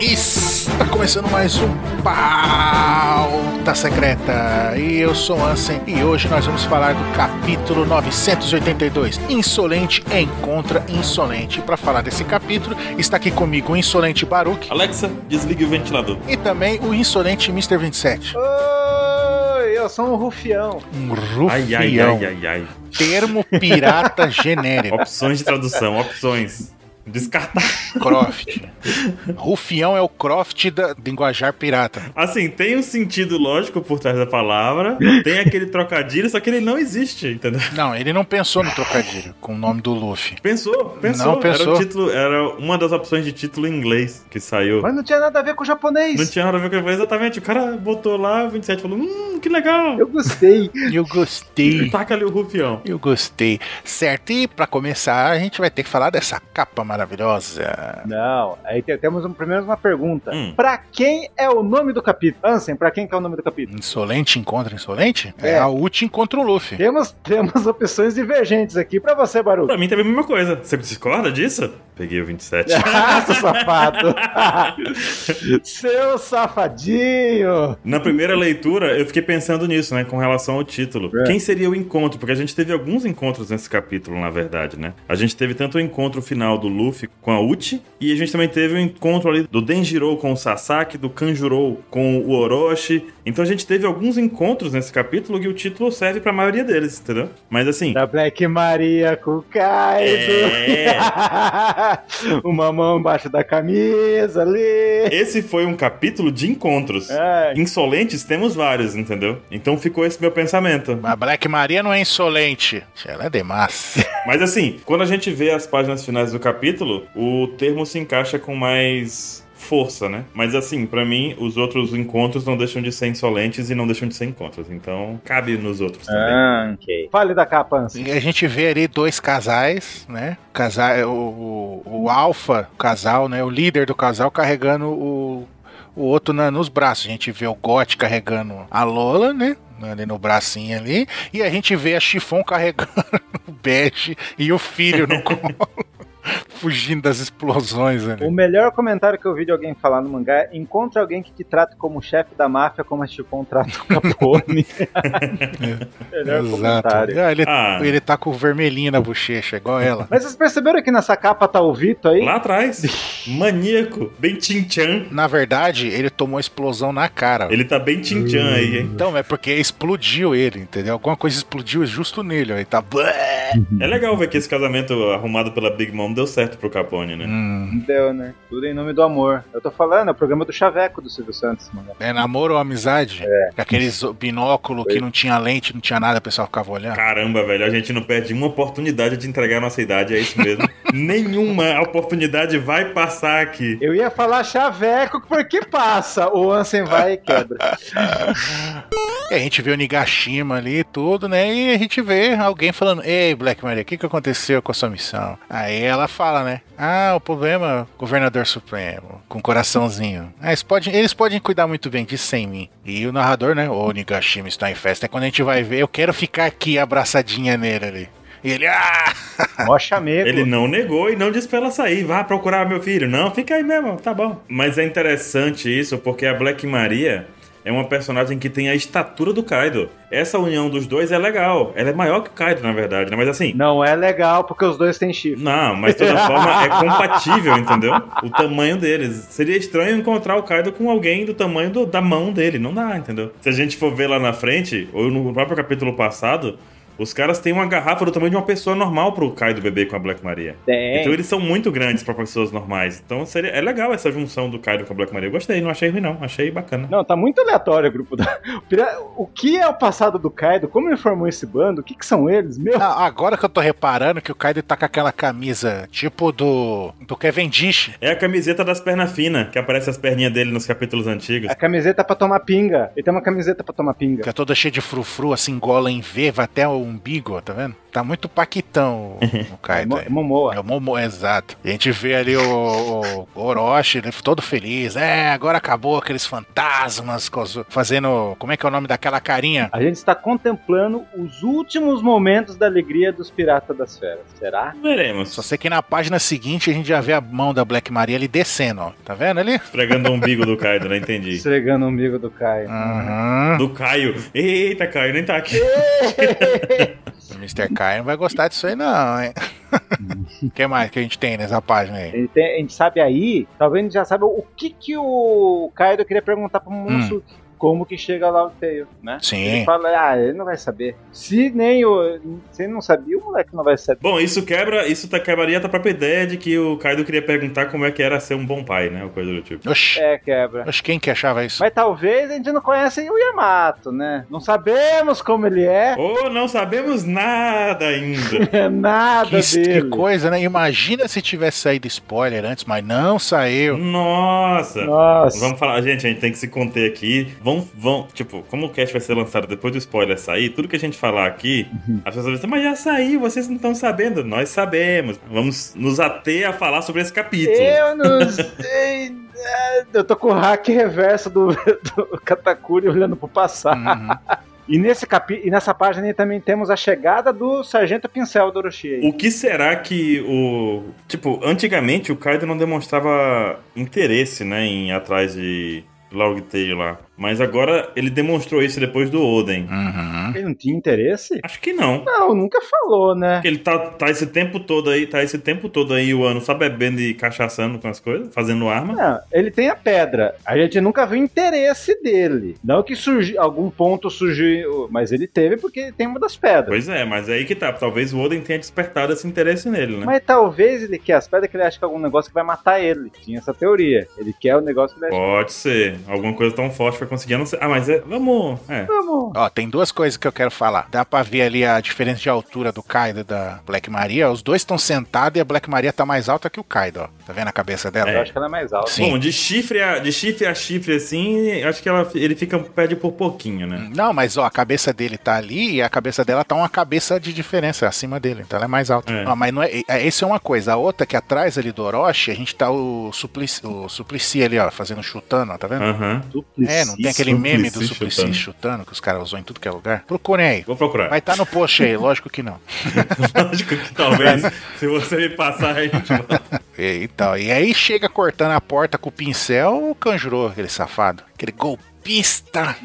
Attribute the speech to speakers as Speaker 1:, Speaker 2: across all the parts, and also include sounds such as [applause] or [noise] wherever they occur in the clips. Speaker 1: Está começando mais um Pauta Secreta. E eu sou o Ansem e hoje nós vamos falar do capítulo 982, Insolente Encontra Insolente. Para falar desse capítulo, está aqui comigo o Insolente Baruch
Speaker 2: Alexa, desligue o ventilador.
Speaker 1: e também o Insolente Mr. 27.
Speaker 3: Oi, eu sou um rufião.
Speaker 1: Um rufião.
Speaker 2: Ai, ai, ai, ai, ai.
Speaker 1: Termo
Speaker 2: [laughs]
Speaker 1: pirata genérico.
Speaker 2: Opções de tradução, opções. Descartar.
Speaker 1: Croft. Rufião é o Croft da do linguajar pirata.
Speaker 2: Assim, tem um sentido lógico por trás da palavra, tem aquele trocadilho, só que ele não existe, entendeu?
Speaker 1: Não, ele não pensou no trocadilho com o nome do Luffy.
Speaker 2: Pensou, pensou.
Speaker 1: Não pensou.
Speaker 2: Era, o título, era uma das opções de título em inglês que saiu.
Speaker 3: Mas não tinha nada a ver com o japonês.
Speaker 2: Não tinha nada a ver com ele, exatamente. O cara botou lá, o 27 falou, hum, que legal.
Speaker 3: Eu gostei.
Speaker 1: Eu gostei.
Speaker 2: Taca ali o rufião.
Speaker 1: Eu gostei. Certo, e pra começar, a gente vai ter que falar dessa capa maravilhosa.
Speaker 3: Não, aí te- temos um, primeiro uma pergunta.
Speaker 2: Hum.
Speaker 3: Pra quem é o nome do capítulo? Ansem, pra quem que é o nome do capítulo?
Speaker 1: Insolente encontra insolente? É,
Speaker 3: É.
Speaker 1: a Uchi encontra o Luffy.
Speaker 3: Temos, temos opções divergentes aqui. Pra você, Baruco.
Speaker 2: Pra mim teve a mesma coisa. Você discorda disso? Peguei o 27.
Speaker 3: Ah, [laughs] seu
Speaker 2: [laughs]
Speaker 3: safado. seu safadinho.
Speaker 2: Na primeira leitura, eu fiquei pensando nisso, né? Com relação ao título.
Speaker 3: É.
Speaker 2: Quem seria o encontro? Porque a gente teve alguns encontros nesse capítulo, na verdade, né? A gente teve tanto o encontro final do Luffy com a Uchi, e a gente também teve o encontro ali do Denjiro com o Sasaki, do Kanjuro com o Orochi. Então a gente teve alguns encontros nesse capítulo e o título serve pra maioria deles, entendeu? Mas assim.
Speaker 3: Da Black Maria com o Kaido.
Speaker 2: É.
Speaker 3: [laughs] uma mão embaixo da camisa ali.
Speaker 2: [laughs] Esse foi um capítulo de encontros.
Speaker 3: Ai,
Speaker 2: Insolentes temos vários, entendeu? Então ficou esse meu pensamento.
Speaker 1: A Black Maria não é insolente. Ela é demais.
Speaker 2: Mas assim, quando a gente vê as páginas finais do capítulo, o termo se encaixa com mais força, né? Mas assim, pra mim, os outros encontros não deixam de ser insolentes e não deixam de ser encontros. Então, cabe nos outros também.
Speaker 3: Ah, ok. Fale da capa, Ansem.
Speaker 1: E a gente vê ali dois casais, né? O Casal, o, o, o alfa casal, né? O líder do casal carregando o, o outro na- nos braços. A gente vê o Gotti carregando a Lola, né? Ali no bracinho ali. E a gente vê a Chifon carregando [laughs] o Beth e o filho no colo. [laughs] fugindo das explosões ali.
Speaker 3: O melhor comentário que eu vi de alguém falar no mangá é encontre alguém que te trate como chefe da máfia, como a Chipon trata o
Speaker 2: [laughs]
Speaker 3: Capone.
Speaker 2: É.
Speaker 3: melhor comentário.
Speaker 1: Ah, ele,
Speaker 2: Ah.
Speaker 1: ele tá com o vermelhinho na bochecha, igual ela.
Speaker 3: Mas vocês perceberam que nessa capa tá o Vito aí?
Speaker 2: Lá atrás, maníaco, bem tchan
Speaker 1: Na verdade, ele tomou a explosão na cara.
Speaker 2: Ele tá bem tchan aí, hein?
Speaker 1: Então, é porque explodiu ele, entendeu? Alguma coisa explodiu justo nele, ó. Ele tá.
Speaker 2: É legal ver que esse casamento arrumado pela Big Mom deu certo pro Capone, né?
Speaker 1: Hum,
Speaker 3: Deu, né? Tudo em nome do amor. Eu tô falando, é o programa do Chaveco do Silvio Santos, mano.
Speaker 1: é namoro ou amizade? É. Aqueles binóculo que não tinha lente, não tinha nada, o pessoal ficava olhando.
Speaker 2: Caramba, velho, a gente não perde uma oportunidade de entregar a nossa idade, é isso mesmo. Nenhuma oportunidade vai passar aqui.
Speaker 3: Eu ia falar Chaveco porque passa. O Ansem vai e quebra.
Speaker 1: E a gente vê o Nigashima ali e tudo, né? E a gente vê alguém falando: Ei, Black Maria, o que, que aconteceu com a sua missão? Aí ela fala, né? Ah, o problema, governador supremo, com coraçãozinho. Ah, eles podem, eles podem cuidar muito bem disso sem mim. E o narrador, né? Ô, Nigashima está em festa. É quando a gente vai ver, eu quero ficar aqui abraçadinha nele ali. E ele, ah!
Speaker 3: Mó chameco.
Speaker 2: Ele não negou e não disse pra ela sair. Vá procurar meu filho. Não, fica aí mesmo, tá bom. Mas é interessante isso porque a Black Maria é uma personagem que tem a estatura do Kaido. Essa união dos dois é legal. Ela é maior que o Kaido, na verdade, né? Mas assim.
Speaker 3: Não é legal porque os dois têm chifre.
Speaker 2: Não, mas de toda forma é compatível, entendeu? O tamanho deles. Seria estranho encontrar o Kaido com alguém do tamanho do- da mão dele. Não dá, entendeu? Se a gente for ver lá na frente, ou no próprio capítulo passado, os caras têm uma garrafa do tamanho de uma pessoa normal pro Kaido beber com a Black Maria.
Speaker 3: Tem.
Speaker 2: Então eles são muito grandes pra pessoas normais. Então seria, é legal essa junção do Kaido com a Black Maria. Eu gostei, não achei ruim não, achei bacana.
Speaker 3: Não, tá muito aleatório o grupo da. [laughs] O pira- O que é o passado do Kaido? Como ele formou esse bando? O que, que são eles? Meu
Speaker 1: Ah, agora que eu tô reparando que o Kaido tá com aquela camisa tipo do. do Kevin Dish.
Speaker 2: É a camiseta das pernas finas, que aparece as perninhas dele nos capítulos antigos.
Speaker 3: A camiseta pra tomar pinga. Ele tem uma camiseta pra tomar pinga.
Speaker 1: Que é toda cheia de frufru, assim, gola em V, vai até o umbigo, ó, tá vendo? Tá muito paquitão o, o Kaido.
Speaker 3: Mo- Momoa.
Speaker 1: É o Momo, exato. E a gente vê ali o, o Orochi ele todo feliz. É, agora acabou aqueles fantasmas cosu- fazendo. Como é que é o nome daquela carinha?
Speaker 3: A gente está contemplando os últimos momentos da alegria dos piratas das feras. Será?
Speaker 2: Veremos.
Speaker 1: Só sei que na página seguinte a gente já vê a mão da Black Maria ali descendo, ó. Tá vendo ali?
Speaker 2: Esfregando o umbigo do Kaido, né? Entendi.
Speaker 3: Esfregando o umbigo do Caio.
Speaker 1: Aham.
Speaker 2: Do Caio. Eita, Caio, nem tá aqui.
Speaker 1: O Mr. Kai não vai gostar disso aí, não, hein? [laughs] O que mais que a gente tem nessa página aí?
Speaker 3: Ele tem- a gente sabe aí, talvez a gente já saiba o que que o Kaido queria perguntar pro Momosuke. Como que chega lá o Tail, né?
Speaker 1: Hum. Sim.
Speaker 3: Ele fala, ah, ele não vai saber. Se nem o... Se ele não sabia, o moleque não vai saber.
Speaker 2: Bom, isso quebra, isso tá, quebraria a própria ideia de que o Kaido queria perguntar como é que era ser um bom pai, né? Ou coisa do
Speaker 1: [laughs]
Speaker 2: tipo.
Speaker 1: Oxi,
Speaker 3: É, quebra.
Speaker 1: oxi, quem que achava isso?
Speaker 3: Mas talvez a gente não conhece o Yamato, né? Não sabemos como ele é,
Speaker 2: Ou não sabemos nada ainda.
Speaker 3: é
Speaker 1: Que,
Speaker 3: nada
Speaker 1: que
Speaker 3: dele.
Speaker 1: coisa, né? Imagina se tivesse saído spoiler antes, mas não
Speaker 3: [laughs]
Speaker 1: saiu.
Speaker 2: Nossa!
Speaker 3: Nossa.
Speaker 2: Vamos falar, gente, a gente tem que se conter aqui. Vão, vão, tipo, como o cast vai ser lançado depois do spoiler sair, tudo que a gente falar aqui, as pessoas vão dizer, mas já saiu, vocês não estão sabendo. Nós sabemos. Vamos nos ater a falar sobre esse capítulo.
Speaker 3: Eu não sei. é, Eu tô com o hack reverso do, do Katakuri olhando pro passado.
Speaker 1: Uhum.
Speaker 3: E, nesse capi e nessa página aí também temos a chegada do Sargento Pincel do Orochi. aí.
Speaker 2: O que será que o. Tipo, antigamente o Kaido não demonstrava interesse, né, em ir atrás de Logtail lá. Mas agora ele demonstrou isso depois do Oden.
Speaker 1: Uhum.
Speaker 3: Ele não tinha interesse?
Speaker 2: Acho que não.
Speaker 3: Não, nunca falou, né?
Speaker 2: Porque Ele tá, tá esse tempo todo aí, tá esse tempo todo aí o ano só bebendo e cachaçando com as coisas, fazendo arma.
Speaker 3: Não, ele tem a pedra. A gente nunca viu interesse dele. Não que surgi, algum ponto surgiu, mas ele teve porque ele tem uma das pedras.
Speaker 2: Pois é, mas é aí que tá. Talvez o Oden tenha despertado esse interesse nele, né?
Speaker 3: Mas talvez ele quer as pedras que ele acha que é algum negócio que vai matar ele. Tinha essa teoria. Ele quer o negócio que ele acha.
Speaker 2: Pode ser. Alguma coisa tão forte pra conseguir. eu não sei. Ah, mas é. Vamos. É.
Speaker 3: Vamos.
Speaker 1: Ó, tem duas coisas que eu quero falar. Dá pra ver ali a diferença de altura do Kaido e da Black Maria. Os dois estão sentados e a Black Maria tá mais alta que o Kaido, ó. Tá vendo a cabeça dela?
Speaker 3: Eu acho que ela é mais alta.
Speaker 1: Sim.
Speaker 2: Bom, de chifre, a, de chifre a chifre, assim, acho que ela, ele fica perde por pouquinho, né?
Speaker 1: Não, mas ó, a cabeça dele tá ali e a cabeça dela tá uma cabeça de diferença acima dele, então ela é mais alta.
Speaker 2: É.
Speaker 1: Ó, mas não é, é- essa é uma coisa. A outra que atrás ali do Orochi, a gente tá o Suplicy, o Suplicy ali, ó, fazendo chutando, ó, tá vendo?
Speaker 2: Aham.
Speaker 1: É, não tem aquele
Speaker 2: Suplicy
Speaker 1: meme do Suplicy
Speaker 2: chutando.
Speaker 1: chutando. que os caras usam em tudo que é lugar? Procurem aí.
Speaker 2: Vou procurar.
Speaker 1: Vai estar tá no post aí, lógico que não.
Speaker 2: [laughs] Lógico que talvez, se você me passar, a gente vai.
Speaker 1: E, então, e aí chega cortando a porta com o pincel o Kanjuro, aquele safado. Aquele golpista.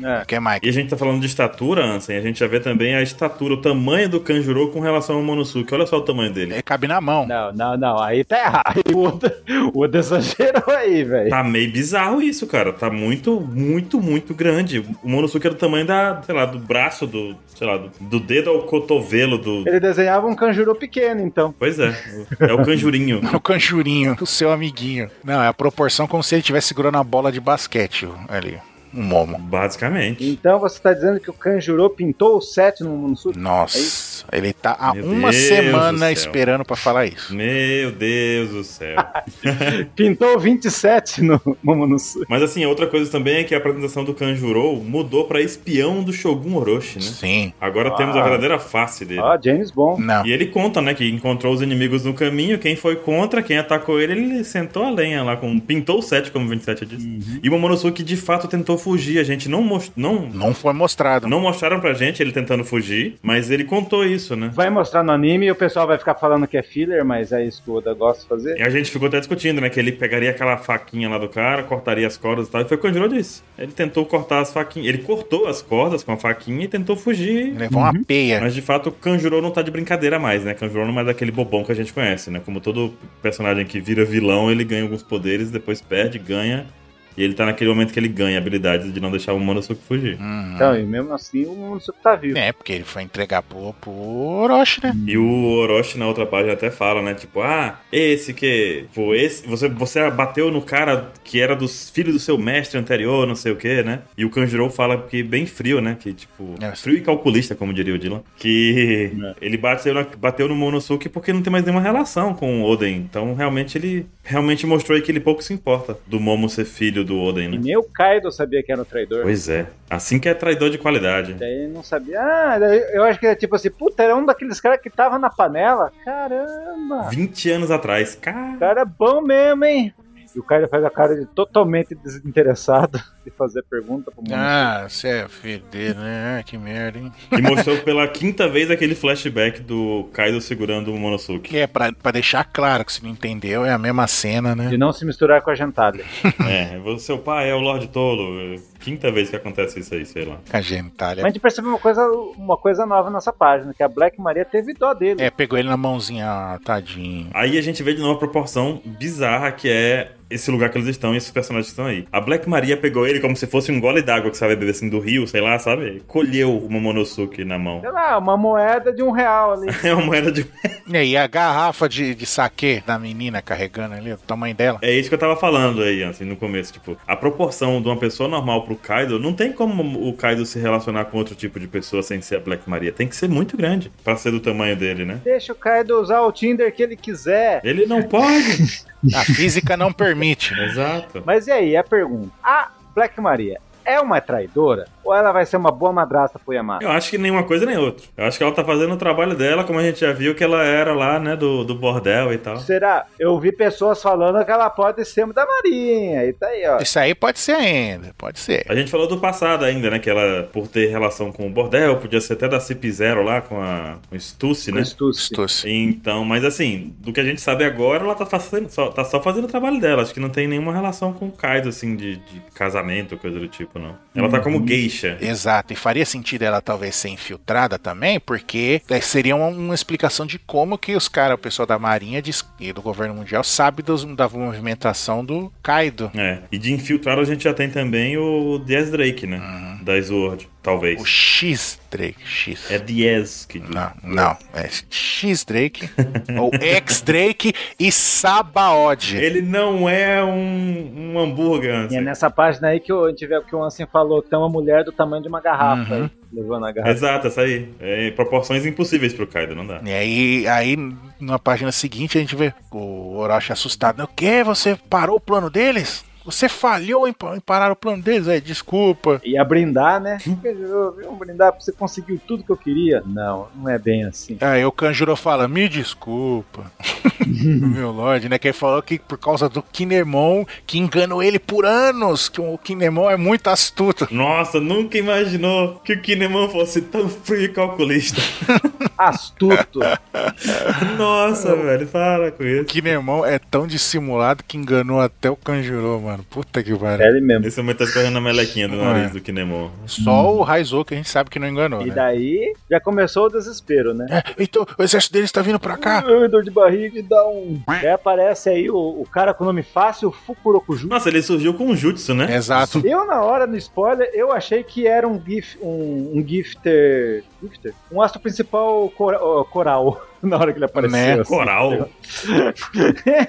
Speaker 3: É.
Speaker 1: O que é, Mike?
Speaker 2: E a gente tá falando de estatura, Ansem, a gente já vê também a estatura, o tamanho do Kanjuro com relação ao Monosuke. Olha só o tamanho dele.
Speaker 1: Ele É, cabe na mão.
Speaker 3: Não, não, não. Aí tá errado. [laughs] O Oda, o Oda exagerou aí, velho.
Speaker 2: Tá meio bizarro isso, cara. Tá muito, muito, muito grande. O Monosuke era do tamanho da, sei lá, do braço, do, sei lá, do, do dedo ao cotovelo do.
Speaker 3: Ele desenhava um Kanjuro pequeno, então.
Speaker 2: Pois é, é o Kanjurinho.
Speaker 1: O Canjurinho, o seu amiguinho. Não, é a proporção como se ele estivesse segurando a bola de basquete o- ali. Um momo.
Speaker 2: Basicamente.
Speaker 3: Então você tá dizendo que o Kanjuro pintou o 7 no Monosuke?
Speaker 1: Nossa, ele tá há
Speaker 2: Meu
Speaker 1: uma
Speaker 2: Deus do
Speaker 1: semana
Speaker 2: céu.
Speaker 1: esperando pra falar isso.
Speaker 2: Meu Deus do céu.
Speaker 3: Pintou 27 no Momonosuke.
Speaker 2: Mas assim, outra coisa também é que a apresentação do Kanjuro mudou pra espião do Shogun Orochi, né?
Speaker 1: Sim.
Speaker 2: Agora
Speaker 3: Ah.
Speaker 2: temos a verdadeira face dele.
Speaker 3: Ó, James Bond.
Speaker 1: Não.
Speaker 2: E ele conta, né, que encontrou os inimigos no caminho, quem foi contra, quem atacou ele, ele sentou a lenha lá, com, pintou o 7, como o 27 disse. E o Momonosuke, de fato, tentou fugir. A gente não, mos- não,
Speaker 1: Não foi mostrado.
Speaker 2: não mostraram pra gente ele tentando fugir, mas ele contou isso, né?
Speaker 3: Vai mostrar no anime e o pessoal vai ficar falando que é filler, mas é isso que o Oda gosta de fazer.
Speaker 2: E a gente ficou até discutindo, né? Que ele pegaria aquela faquinha lá do cara, cortaria as cordas e tal. E foi o que o Kanjuro disse. Ele tentou cortar as faquinhas. Ele cortou as cordas com a faquinha e tentou fugir.
Speaker 1: Ele Levou uma peia.
Speaker 2: Mas de fato, o Kanjuro não tá de brincadeira mais, né? Kanjuro não é mais aquele bobão que a gente conhece, né? Como todo personagem que vira vilão, ele ganha alguns poderes, depois perde, ganha. E ele tá naquele momento que ele ganha a habilidade de não deixar o Monosuke fugir.
Speaker 1: Uhum.
Speaker 3: Então, e mesmo assim o Momonosuke tá vivo.
Speaker 1: É, porque ele foi entregar pro, pro Orochi, né?
Speaker 2: E o Orochi na outra página até fala, né? Tipo, ah, esse que. Tipo, esse. Você, você bateu no cara que era dos filhos do seu mestre anterior, não sei o que, né? E o Kanjuro fala que bem frio, né? Que, tipo.
Speaker 1: É.
Speaker 2: Frio e calculista, como diria o Dylan. Que ele bateu, na- bateu no Monosuke porque não tem mais nenhuma relação com o Oden. Então, realmente, ele realmente mostrou aí que ele pouco se importa do Momo ser filho do Oden,
Speaker 3: E
Speaker 2: né?
Speaker 3: nem o Kaido sabia que era um traidor.
Speaker 2: Pois é. Assim que é traidor de qualidade.
Speaker 3: Daí ele não sabia. Ah, daí eu acho que era tipo assim, puta, era um daqueles caras que tava na panela. Caramba!
Speaker 2: 20 anos atrás. Cara,
Speaker 3: Cara é bom mesmo, hein? E o Kaido faz a cara de totalmente desinteressado [laughs] de fazer pergunta pro mundo.
Speaker 1: Ah, você é filho dele, né? Ah, que merda, hein?
Speaker 2: e mostrou pela quinta vez aquele flashback do Kaido segurando o
Speaker 1: [laughs]
Speaker 2: Monosuke.
Speaker 1: Que é pra, pra deixar claro que se não entendeu, é a mesma cena, né?
Speaker 3: De não se misturar com a gentalha.
Speaker 2: É, o seu pai é o Lorde Tolo. Quinta vez que acontece isso aí, sei lá.
Speaker 1: A gentalha.
Speaker 3: Mas a gente percebeu uma coisa, uma coisa nova nessa página, que a Black Maria teve dó dele.
Speaker 1: É, pegou ele na mãozinha, ah, tadinho.
Speaker 2: Aí a gente vê de novo a proporção bizarra que é esse lugar que eles estão e esses personagens que estão aí. A Black Maria pegou ele como se fosse um gole d'água que sabe beber assim do rio, sei lá, sabe? Colheu o Momonosuke na mão.
Speaker 3: Sei lá, uma moeda de um real ali.
Speaker 2: [laughs] É uma moeda de.
Speaker 1: E aí, a garrafa de, de saque da menina carregando ali, o tamanho dela.
Speaker 2: É isso que eu tava falando aí, assim, no começo. Tipo, a proporção de uma pessoa normal pro Kaido, não tem como o Kaido se relacionar com outro tipo de pessoa sem ser a Black Maria. Tem que ser muito grande pra ser do tamanho dele, né?
Speaker 3: Deixa o Kaido usar o Tinder que ele quiser.
Speaker 2: Ele não pode.
Speaker 1: A física não permite. né?
Speaker 2: Exato.
Speaker 3: Mas e aí, é a pergunta. A Black Maria é uma traidora? Ou ela vai ser uma boa madrasta pro Yamato?
Speaker 2: Eu acho que nenhuma coisa nem outra. Eu acho que ela tá fazendo o trabalho dela, como a gente já viu que ela era lá, né, do, do bordel e tal.
Speaker 3: Será? Eu vi pessoas falando que ela pode ser uma da Marinha. E tá aí, ó.
Speaker 1: Isso aí pode ser ainda, pode ser.
Speaker 2: A gente falou do passado ainda, né? Que ela, por ter relação com o bordel, podia ser até da Cip Zero lá com a com o Stussy, né?
Speaker 3: Astuce.
Speaker 1: Estou-
Speaker 2: Então, mas assim, do que a gente sabe agora, ela tá, fazendo, só, tá só fazendo o trabalho dela. Acho que não tem nenhuma relação com o Kaido, assim, de, de casamento, coisa do tipo, não. Ela tá como geisha.
Speaker 1: Exato, e faria sentido ela talvez ser infiltrada também, porque é, seria uma, uma explicação de como que os caras, o pessoal da Marinha diz- e do governo mundial, sabe dos- da movimentação do Kaido.
Speaker 2: É. E de infiltrado a gente já tem também o Diaz Drake, né? Da Sword, talvez.
Speaker 1: O X Drake, X.
Speaker 2: É Diaz que diz.
Speaker 1: Não, não, é X
Speaker 2: [laughs]
Speaker 1: Drake, ou X Drake e Sabaody.
Speaker 2: Ele não é um, um hambúrguer,
Speaker 3: E
Speaker 2: Ansem.
Speaker 3: é nessa página aí que o- a gente vê o que o Ansem falou, que tem uma mulher do tamanho de uma garrafa
Speaker 1: Uhum.
Speaker 3: aí, levando a garrafa.
Speaker 2: Exato, essa aí. É, proporções impossíveis pro Kaido, não dá.
Speaker 1: E aí, aí, na página seguinte, a gente vê o Orochi assustado. O quê? Você parou o plano deles? Você falhou em, pa- em parar o plano deles? É, desculpa.
Speaker 3: Ia brindar, né? Vamos brindar porque você conseguiu tudo que eu queria. Não, não é bem assim.
Speaker 1: Aí o Kanjuro fala, me desculpa. Meu Lorde, né? Que ele falou que por causa do Kinemon, que enganou ele por anos, que o Kinemon é muito astuto.
Speaker 2: Nossa, nunca imaginou que o Kinemon fosse tão frio e calculista.
Speaker 3: Astuto. É
Speaker 2: Nossa, velho, para com
Speaker 1: O
Speaker 2: isso.
Speaker 1: Kinemon é tão dissimulado que enganou até o Kanjuro, mano. Puta que pariu.
Speaker 3: é ele mesmo.
Speaker 2: Nesse momento tá escorrendo a melequinha do
Speaker 3: É.
Speaker 2: nariz do Kinemon.
Speaker 1: Só o Raizou que a gente sabe que não enganou,
Speaker 3: E
Speaker 1: né?
Speaker 3: daí já começou o desespero, né?
Speaker 1: É, então, o exército deles tá vindo pra cá.
Speaker 3: Ai, dor de barriga e dá um. Aí aparece aí o, o cara com o nome fácil, Fukurokuju.
Speaker 2: Nossa, ele surgiu com um jutsu, né?
Speaker 3: É.
Speaker 1: Exato.
Speaker 3: Eu, na hora, no spoiler, eu achei que era um gif, um, um gifter, gifter? Um astro principal cora- ó, coral, [laughs] na hora que ele
Speaker 1: Né?
Speaker 3: apareceu. assim. [laughs]
Speaker 2: Coral.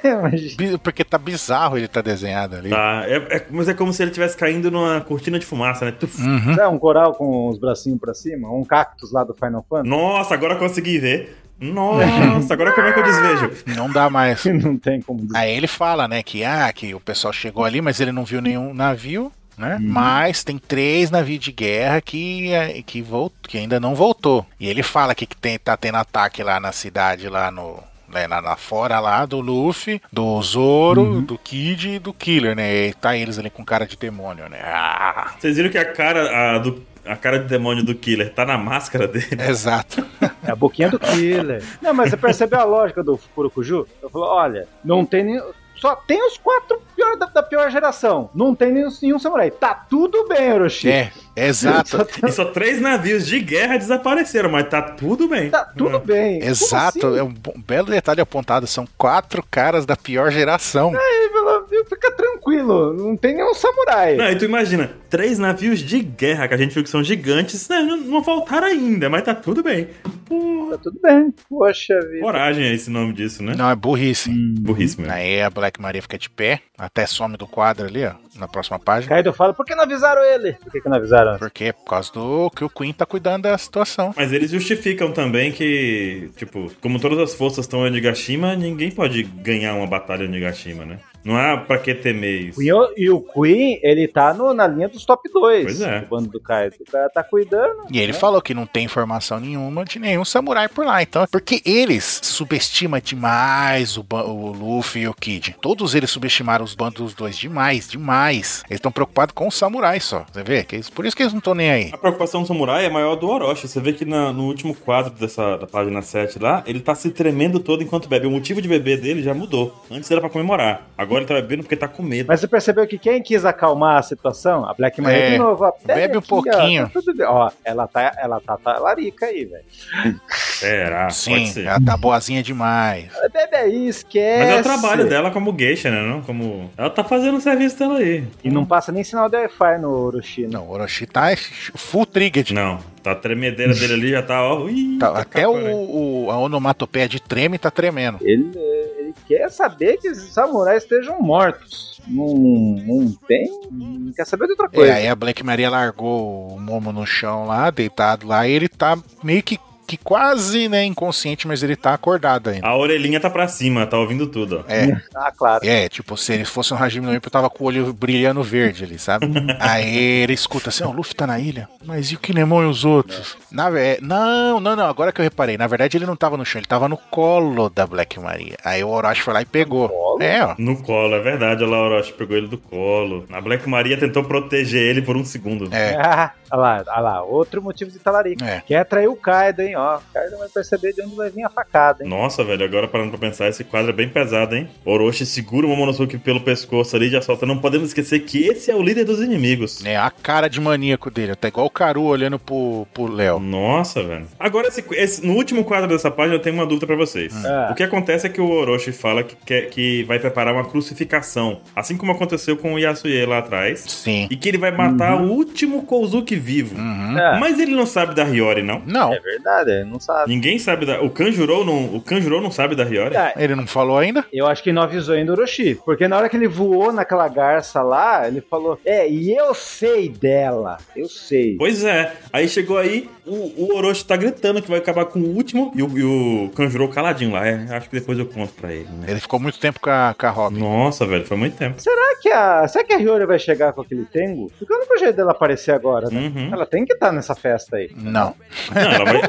Speaker 3: É, mas-
Speaker 1: Bi- Porque tá bizarro ele tá desenhado ali.
Speaker 2: Tá. É- é- mas é como se ele estivesse caindo numa cortina de fumaça, né? Tuf.
Speaker 1: Uhum.
Speaker 3: Sabe um coral com os bracinhos pra cima? Um cactus lá do Final Fantasy?
Speaker 2: Nossa, agora eu consegui ver. Nossa, agora como é que eu desvejo?
Speaker 1: Não dá mais.
Speaker 3: Não tem como dizer.
Speaker 1: Aí ele fala, né, que, ah, que o pessoal chegou ali, mas ele não viu nenhum navio, né?
Speaker 3: Uhum.
Speaker 1: Mas tem três navios de guerra que, eh, que, volt, que ainda não voltou. E ele fala que que tem, tá tendo ataque lá na cidade, lá no. Né, lá, lá fora lá do Luffy, do Zoro,
Speaker 3: Uhum.
Speaker 1: do Kid e do Killer, né? E tá eles ali com cara de demônio, né? Ah,
Speaker 2: Vocês viram que a cara, a, do, a cara de demônio do Killer tá na máscara dele?
Speaker 3: [laughs]
Speaker 1: exato.
Speaker 3: É a boquinha do killer. Não, mas você percebeu a lógica do Fukurokuju? Eu falo, olha, não tem nem... Só tem os quatro pior da, da pior geração. Não tem nenhum, nenhum samurai. Tá tudo bem, Orochi.
Speaker 1: é, exato.
Speaker 3: Só tem-
Speaker 2: E só três navios de guerra desapareceram, mas tá tudo bem.
Speaker 3: Tá tudo bem. [laughs] Como
Speaker 1: Hum, Exato,
Speaker 3: assim?
Speaker 1: é um bo- belo detalhe apontado. São quatro caras da pior geração.
Speaker 3: Aí, pelo- viu? Fica tranquilo. Não tem nenhum samurai.
Speaker 2: Não, e tu imagina, três navios de guerra que a gente viu que são gigantes, né, não, não voltaram ainda, mas tá tudo bem. Pô,
Speaker 3: Tá tudo bem. Poxa vida.
Speaker 2: coragem é esse nome disso, né?
Speaker 1: Não, é burrice.
Speaker 2: Burrice mesmo.
Speaker 1: Aí a Black Maria fica de pé, até some do quadro ali, ó, na próxima página.
Speaker 3: Kaido fala, por que não avisaram ele? Por que, que não avisaram?
Speaker 1: Por quê? Por causa do que o Queen tá cuidando da situação.
Speaker 2: Mas eles justificam também que, tipo, como todas as forças estão em Onigashima, ninguém pode ganhar uma batalha em Onigashima, né? Não há pra que temer isso.
Speaker 3: Queen- e o Queen, ele tá no- na linha dos top 2
Speaker 2: Pois é.
Speaker 3: do bando do Kaido. O cara tá cuidando.
Speaker 1: E ele falou que não tem informação nenhuma de nenhum samurai por lá, então. Porque eles subestimam demais o, ba- o Luffy e o Kid. Todos eles subestimaram os bandos dos dois demais, demais. Eles estão preocupados com os samurais só. Você vê? Que eles- por isso que eles não estão nem aí.
Speaker 2: A preocupação do samurai é maior do Orochi. Você vê que na- no último quadro dessa da página 7 lá, ele tá se tremendo todo enquanto bebe. O motivo de beber dele já mudou. Antes era pra comemorar. Agora ele tá bebendo porque tá com medo.
Speaker 3: Mas você percebeu que quem quis acalmar a situação, a Black Maria
Speaker 1: É.
Speaker 3: de novo, ó,
Speaker 1: Bebe um
Speaker 3: aqui, ó,
Speaker 1: pouquinho.
Speaker 3: tá tudo bem. Ó, ela tá, ela tá, tá larica aí, velho.
Speaker 2: Será? Ah, Pode
Speaker 1: Sim,
Speaker 2: ser.
Speaker 1: ela tá boazinha demais.
Speaker 3: Bebe aí, esquece.
Speaker 2: Mas é o trabalho dela como geisha, né? Não como... Ela tá fazendo o serviço dela aí.
Speaker 3: E não passa nem sinal de Wi-Fi no Orochi, não.
Speaker 1: Não, o Orochi tá full triggered.
Speaker 2: Não, tá a tremedeira dele ali já tá, ó... ui,
Speaker 1: Tá, até o,
Speaker 2: acabando.
Speaker 1: o- a onomatopeia de treme tá tremendo.
Speaker 3: Ele, ele quer saber que os samurais estejam mortos. Não, não tem. Não quer saber de outra
Speaker 1: É,
Speaker 3: coisa.
Speaker 1: aí a Black Maria largou o Momo no chão lá, deitado lá, e ele tá meio que, que quase, né, inconsciente, mas ele tá acordado ainda.
Speaker 2: A orelhinha tá pra cima, tá ouvindo tudo, ó.
Speaker 1: É,
Speaker 3: Ah, claro.
Speaker 1: é, tipo, se ele fosse um Hajime no Ippo, eu tava com o olho brilhando verde ali, sabe?
Speaker 3: [laughs]
Speaker 1: Aí ele escuta assim, ó, o Luffy tá na ilha, mas e o Kinemon e os outros? Na ve- Não, não, não, agora que eu reparei, na verdade ele não tava no chão, ele tava no colo da Black Maria. Aí o Orochi foi lá e pegou.
Speaker 3: colo?
Speaker 1: É, ó.
Speaker 2: No colo, é verdade. Olha lá, o Orochi pegou ele do colo. A Black Maria tentou proteger ele por um segundo.
Speaker 1: É.
Speaker 3: [laughs] Ah, olha lá, olha lá, outro motivo de talarica.
Speaker 1: É.
Speaker 3: Quer atrair o Kaido, hein? Ó, o Kaido vai perceber de onde vai vir a facada, hein?
Speaker 2: Nossa, velho, agora parando pra pensar, esse quadro é bem pesado, hein? Orochi segura o Momonosuke pelo pescoço ali e já solta. Não podemos esquecer que esse é o líder dos inimigos.
Speaker 1: É, a cara de maníaco dele, tá igual o Caru olhando pro pro
Speaker 3: Hum.
Speaker 1: Léo.
Speaker 2: Nossa, velho. Agora, esse- esse- no último quadro dessa página, eu tenho uma dúvida pra vocês.
Speaker 3: Ah.
Speaker 2: O que acontece é que o Orochi fala que, quer- que vai preparar uma crucificação, assim como aconteceu com o Yasuye lá atrás,
Speaker 1: Sim.
Speaker 2: e que ele vai matar o último Kozuki vivo.
Speaker 1: Uhum.
Speaker 3: Ah,
Speaker 2: Mas ele não sabe da Hiyori, não?
Speaker 1: Não,
Speaker 3: é verdade, ele não sabe.
Speaker 2: Ninguém sabe da. O Kanjuro não, o Kanjuro não sabe da Hiyori?
Speaker 3: Ah,
Speaker 1: ele não falou ainda?
Speaker 3: eu acho que não avisou ainda o Orochi. Porque na hora que ele voou naquela garça lá, ele falou: É, e eu sei dela. Eu sei.
Speaker 2: Pois é. Aí chegou aí, o, o Orochi tá gritando que vai acabar com o último e o, e o Kanjuro caladinho lá. É, acho que depois eu conto pra ele, né?
Speaker 1: Ele ficou muito tempo com a, com a Robin.
Speaker 2: Nossa, velho, foi muito tempo.
Speaker 3: Será que a, será que a Hiyori vai chegar com aquele Tengu? Porque é o único jeito dela aparecer agora, né?
Speaker 2: Uhum.
Speaker 3: Ela tem que estar nessa festa aí.
Speaker 1: Não.
Speaker 2: Não, ela vai.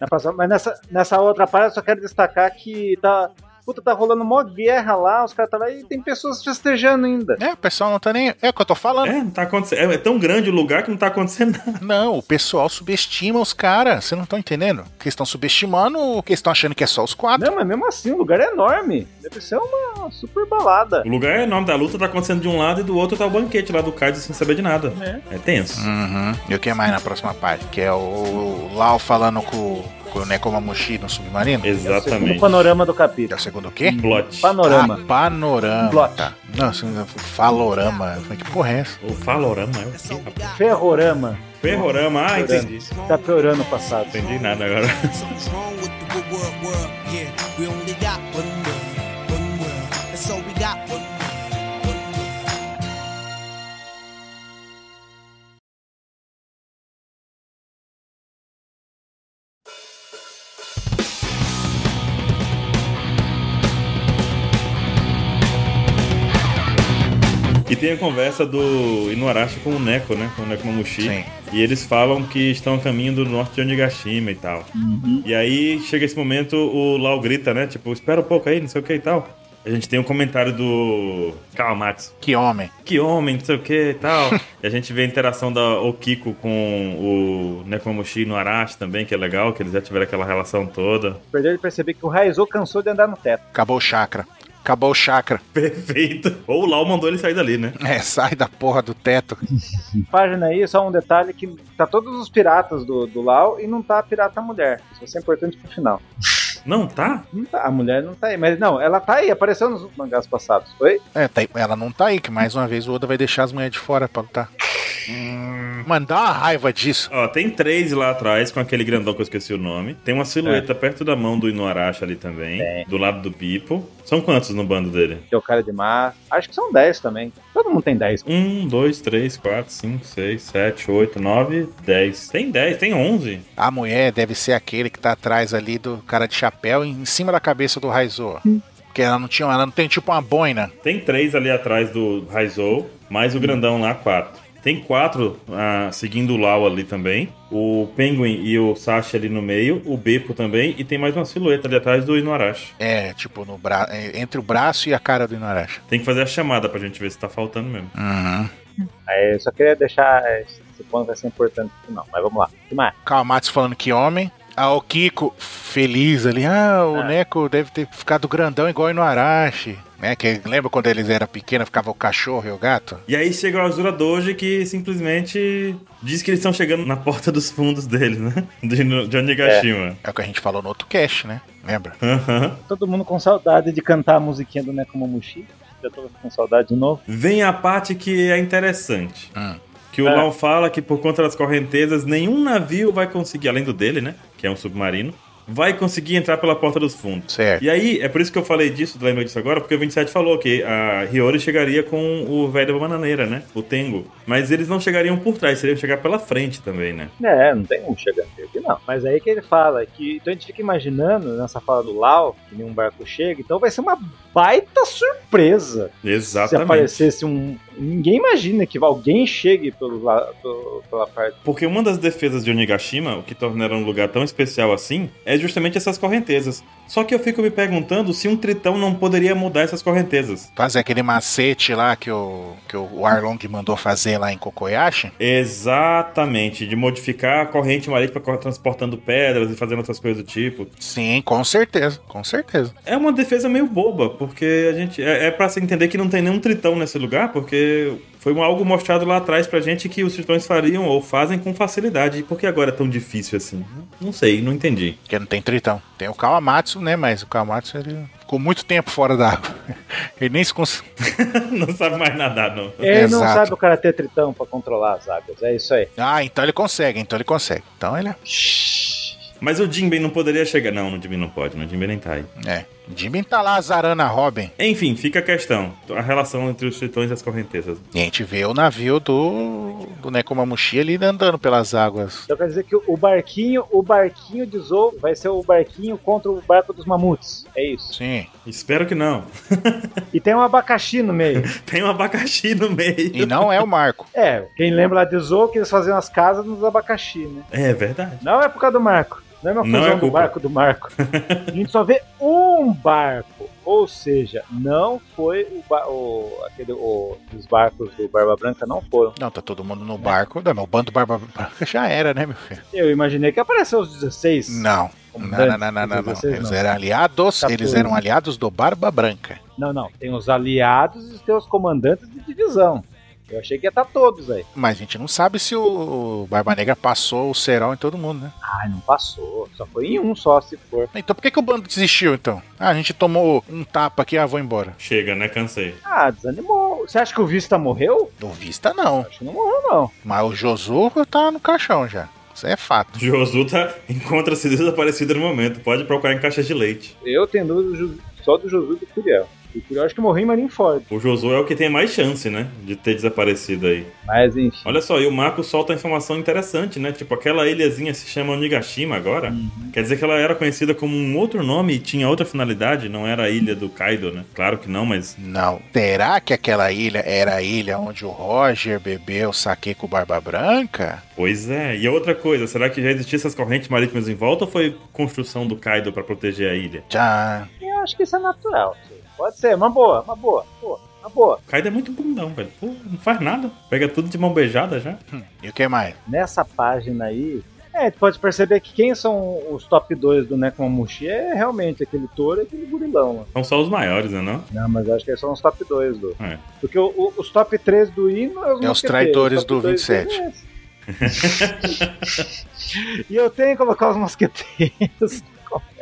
Speaker 3: Na próxima- mas nessa, nessa outra parte eu só quero destacar que tá. Puta, tá rolando mó guerra lá, os caras tá lá e tem pessoas festejando ainda.
Speaker 1: É, o pessoal não tá nem. É o que eu tô falando.
Speaker 2: É, não tá acontecendo. É, é tão grande o lugar que não tá acontecendo nada.
Speaker 1: Não, o pessoal subestima os caras. Vocês não estão entendendo? Que estão subestimando o que estão achando que é só os quatro.
Speaker 3: Não, mas mesmo assim, o lugar é enorme. Deve ser uma super balada.
Speaker 2: O lugar é enorme da luta, tá acontecendo de um lado e do outro tá o banquete lá do Kaido sem saber de nada. É, tenso.
Speaker 3: Hum.
Speaker 1: Uhum. E o que mais na próxima parte? Que é o, o Lau falando com, com o Nekomamushi no submarino?
Speaker 3: No
Speaker 2: Exatamente.
Speaker 3: panorama do
Speaker 1: É o
Speaker 3: capítulo.
Speaker 1: segundo o quê?
Speaker 2: Plot.
Speaker 3: Panorama.
Speaker 1: Ah, panorama.
Speaker 3: Plot.
Speaker 1: Tá. Nossa, falorama. Mas Que porra é essa?
Speaker 2: O Falorama é o quê? rapaz?
Speaker 3: Ferrorama.
Speaker 2: Ferrorama, ah, entendi.
Speaker 3: Tá piorando o passado.
Speaker 2: Entendi nada agora.
Speaker 4: Something's wrong with the good world, world. Yeah, we only got one world, one world. And so we got one world, one world.
Speaker 2: E tem a conversa do Inuarashi com o Neko, né? Com o Neko Mamushi.
Speaker 1: Sim.
Speaker 2: E eles falam que estão a caminho do norte de Onigashima e tal. E aí chega esse momento, o Lau grita, né? Tipo, espera um pouco aí, não sei o que e tal. A gente tem um comentário do Karl Marx.
Speaker 1: Que homem.
Speaker 2: Que homem, não sei o que e tal. e a gente vê a interação da Okiko com o Nekomamushi e Inuarashi também, que é legal, que eles já tiveram aquela relação toda. [laughs]
Speaker 3: Perdeu de perceber que o Raizou cansou de andar no teto.
Speaker 1: Acabou o chakra. Acabou o chakra. [laughs]
Speaker 2: Perfeito. Ou o Lau mandou ele sair dali, né?
Speaker 1: É, sai da porra do teto.
Speaker 3: Página aí, só um detalhe que tá todos os piratas do, do Lau e não tá a pirata mulher. Isso vai ser importante pro final.
Speaker 2: Não, tá?
Speaker 3: Não tá- a mulher não tá aí, mas não, ela tá aí, apareceu nos mangás passados, foi?
Speaker 1: É, tá aí- ela não tá aí, que mais uma vez o Oda vai deixar as mulheres de fora pra lutar. Mano, dá uma raiva disso.
Speaker 2: Ó, tem três lá atrás, com aquele grandão que eu esqueci o nome. Tem uma silhueta perto da mão do Inuarashi ali também, do lado do Pipo. São quantos no bando dele?
Speaker 3: Que é o cara de mar. Acho que são 10 também. Todo mundo tem 10.
Speaker 2: Um, dois, três, quatro, cinco, seis, sete, oito, nove, dez. Tem dez, tem onze.
Speaker 1: A mulher deve ser aquele que tá atrás ali do cara de chapéu em cima da cabeça do Raizo. ó. Que ela não tinha, ela não tem tipo uma boina.
Speaker 2: Tem três ali atrás do Raizou, mais o grandão lá, quatro. Tem quatro ah, seguindo o Lau ali também. O Penguin e o Sasha ali no meio. O Beppo também. E tem mais uma silhueta ali atrás do Inuarashi.
Speaker 1: É, tipo, no bra... é, entre o braço e a cara do Inuarashi.
Speaker 2: Tem que fazer a chamada pra gente ver se tá faltando mesmo.
Speaker 1: Uhum.
Speaker 3: Aí eu só queria deixar é, esse ponto vai ser importante no final, mas vamos lá. O que mais?
Speaker 1: Kawamatsu falando que homem. Ah, o Kiko feliz ali. Ah, o
Speaker 3: Ah.
Speaker 1: Neko deve ter ficado grandão igual o Inuarashi. Né? Que lembra quando eles eram pequenos, ficava o cachorro e o gato?
Speaker 2: E aí chega o Azura Doji que simplesmente diz que eles estão chegando na porta dos fundos deles, né? De, no- de Onigashima.
Speaker 1: É o que a gente falou no outro cast, né? Lembra?
Speaker 2: Aham.
Speaker 3: Tá Todo mundo com saudade de cantar a musiquinha do Nekomamushi. Já tô com saudade de novo.
Speaker 2: Vem a parte que é interessante.
Speaker 1: Hum.
Speaker 2: Que o
Speaker 3: É.
Speaker 2: Lau fala que por conta das correntezas, nenhum navio vai conseguir, além do dele, né? Que é um submarino, vai conseguir entrar pela porta dos fundos.
Speaker 1: Certo.
Speaker 2: E aí, é por isso que eu falei disso, lembra disso agora, porque o 27 falou que a Hiyori chegaria com o velho da bananeira, né? O Tengo. Mas eles não chegariam por trás, seriam chegar pela frente também, né?
Speaker 3: É, não tem um chegando aqui, não. Mas aí que ele fala que. Então a gente fica imaginando nessa fala do Lau que nenhum barco chega, então vai ser uma baita surpresa. Se
Speaker 2: Exatamente.
Speaker 3: aparecesse um. Ninguém imagina que alguém chegue pelo, la- pelo- pela parte.
Speaker 2: Porque uma das defesas de Onigashima, o que tornaram um lugar tão especial assim, é justamente essas correntezas. Só que eu fico me perguntando se um tritão não poderia mudar essas correntezas.
Speaker 1: Fazer aquele macete lá que o, que o Arlong mandou fazer lá em Kokoyashi.
Speaker 2: Exatamente, de modificar a corrente marítima co- transportando pedras e fazendo outras coisas do tipo.
Speaker 1: Sim, com certeza, com certeza.
Speaker 2: É uma defesa meio boba, porque a gente. É, é pra se entender que não tem nenhum tritão nesse lugar, porque foi um- algo mostrado lá atrás pra gente que os tritões fariam ou fazem com facilidade. E por que agora é tão difícil assim? Não sei, não entendi.
Speaker 1: Porque não tem tritão. Tem o Kawamatsu, né? Mas o Kawamatsu ele ficou muito tempo fora da água. [laughs] Ele nem se cons...
Speaker 2: [laughs] não sabe mais nadar, não.
Speaker 3: Ele não
Speaker 1: Exato.
Speaker 3: sabe o cara ter tritão pra controlar as águas. É isso aí.
Speaker 1: Ah, então ele consegue, então ele consegue. Então ele é.
Speaker 2: Mas o Jinbei não poderia chegar. Não, o Jinbei não pode, o Jinbei nem tá aí.
Speaker 1: é. Jimin tá lá azarando a Robin.
Speaker 2: Enfim, fica a questão. A relação entre os tritões e as correntezas.
Speaker 1: E a gente vê o navio do, do Nekomamushi ali andando pelas águas.
Speaker 3: Então quer dizer que o barquinho, o barquinho de Zou vai ser o barquinho contra o barco dos mamutes. É isso.
Speaker 1: Sim.
Speaker 2: Espero que não. [laughs]
Speaker 3: E tem um abacaxi no meio.
Speaker 2: Tem um abacaxi no meio.
Speaker 1: E não é o Marco.
Speaker 3: É, quem lembra lá de Zou que eles faziam as casas nos abacaxi, né?
Speaker 2: [laughs] É verdade.
Speaker 3: Não é por causa do Marco. Não é uma
Speaker 2: Não
Speaker 3: fusão
Speaker 2: é
Speaker 3: do
Speaker 2: culpa.
Speaker 3: barco do Marco. A gente só vê um barco. Ou seja, não foi o, ba- o- aquele, o- os barcos do Barba Branca não foram.
Speaker 1: Não, tá todo mundo no barco. Não, mas o bando Barba [laughs] Branca já era, né, meu filho?
Speaker 3: Eu imaginei que apareceu os 16.
Speaker 1: Não. Não, não, não, não, é. não, não. Eles eram aliados, eles eram aliados do Barba Branca.
Speaker 3: Não, não. Tem os aliados e tem os comandantes de divisão. Eu achei que ia estar todos aí.
Speaker 1: Mas a gente não sabe se o Barba Negra passou o cerol em todo mundo, né?
Speaker 3: Ai, não passou. Só foi em um só, se for.
Speaker 1: Então por que, que o bando desistiu, então? Ah, a gente tomou um tapa aqui, ah, vou embora.
Speaker 2: Chega, né? Cansei.
Speaker 3: Ah, desanimou. Você acha que o Vista morreu?
Speaker 1: Do Vista, não.
Speaker 3: Acho que não morreu, não.
Speaker 1: Mas o Josu tá no caixão já. Isso é fato.
Speaker 2: Josu tá... encontra-se desaparecido no momento. Pode procurar em caixas de leite.
Speaker 3: Eu tenho dúvida do Ju- só do Josu e do Curiel. O Curiel acho que morreu em Marineford.
Speaker 2: O Josu é o que tem mais chance, né? De ter desaparecido aí.
Speaker 3: Mas enfim.
Speaker 2: Olha só, e o Marco solta uma informação interessante, né? Tipo, aquela ilhazinha se chama Onigashima agora.
Speaker 1: Uhum.
Speaker 2: Quer dizer que ela era conhecida como um outro nome e tinha outra finalidade, não era a ilha do Kaido, né? Claro que não, mas.
Speaker 1: Não. Será que aquela ilha era a ilha onde o Roger bebeu saque com o Barba Branca?
Speaker 2: Pois é. E outra coisa, será que já existiam essas correntes marítimas em volta ou foi construção do Kaido pra proteger a ilha?
Speaker 1: Já.
Speaker 3: Eu acho que isso é natural. tio. Pode ser, uma boa, uma boa, boa, uma boa.
Speaker 2: O Kaido é muito bundão, velho. Pô, não faz nada. Pega tudo de mão beijada já.
Speaker 1: E o que mais?
Speaker 3: Nessa página aí, é, tu pode perceber que quem são os top 2 do Nekomamushi é realmente aquele touro e aquele gurilão. lá.
Speaker 2: São só os maiores, né? Não?
Speaker 3: Não, mas eu acho que eles são os top 2 do.
Speaker 2: É.
Speaker 3: Porque o- o- os top 3 do hino é os,
Speaker 1: É os
Speaker 3: mosqueteiros,
Speaker 1: traidores
Speaker 3: top
Speaker 1: do
Speaker 3: dois
Speaker 1: 27.
Speaker 3: é esse. [laughs] e eu tenho que colocar os mosqueteiros.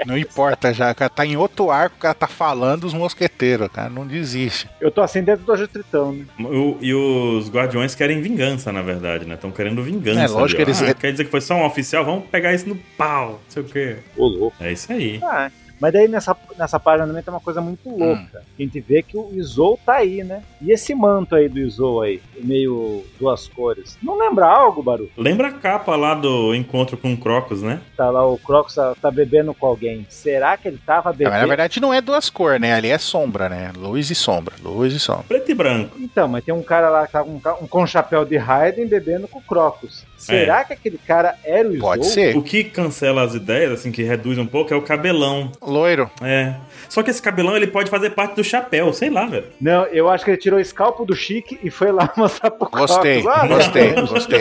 Speaker 1: Não importa já. O cara tá em outro arco, o cara tá falando dos mosqueteiros, cara. Não desiste.
Speaker 3: Eu tô assim dentro do Ajutritão, né?
Speaker 2: O- e os guardiões querem vingança, na verdade, né? Estão querendo vingança.
Speaker 1: É, lógico
Speaker 2: ali, ó.
Speaker 1: que eles-
Speaker 2: Ah, quer dizer que foi só um oficial? Vamos pegar isso no pau. Não sei o quê.
Speaker 3: Ô, louco.
Speaker 2: É isso aí.
Speaker 3: Ah, Mas daí nessa, nessa página também tem uma coisa muito
Speaker 1: Hum.
Speaker 3: louca. A gente vê que o Izou tá aí, né? E esse manto aí do Izou aí, meio duas cores. Não lembra algo, Baru?
Speaker 2: Lembra a capa lá do encontro com o Crocus, né?
Speaker 3: Tá lá, o Crocs tá, tá bebendo com alguém. Será que ele tava
Speaker 1: É, mas na
Speaker 3: bebendo?
Speaker 1: verdade não é duas cores, né? Ali é sombra, né? Luz e sombra. Luz e sombra.
Speaker 2: Preto e branco.
Speaker 3: Então, mas tem um cara lá que tá com, um ca- com um chapéu de Raiden bebendo com o Crocus. Será que aquele cara era o Izou?
Speaker 1: É. Pode ser.
Speaker 2: O que cancela as ideias, assim, que reduz um pouco, é o cabelão.
Speaker 1: Loiro. [laughs]
Speaker 2: É. Só que esse cabelão, ele pode fazer parte do chapéu, sei lá, velho.
Speaker 3: Não, eu acho que ele tirou o escalpo do Chique e foi lá [laughs] mostrar pro Crocus.
Speaker 1: Gostei,
Speaker 3: Ah, não. [laughs]
Speaker 1: gostei, gostei.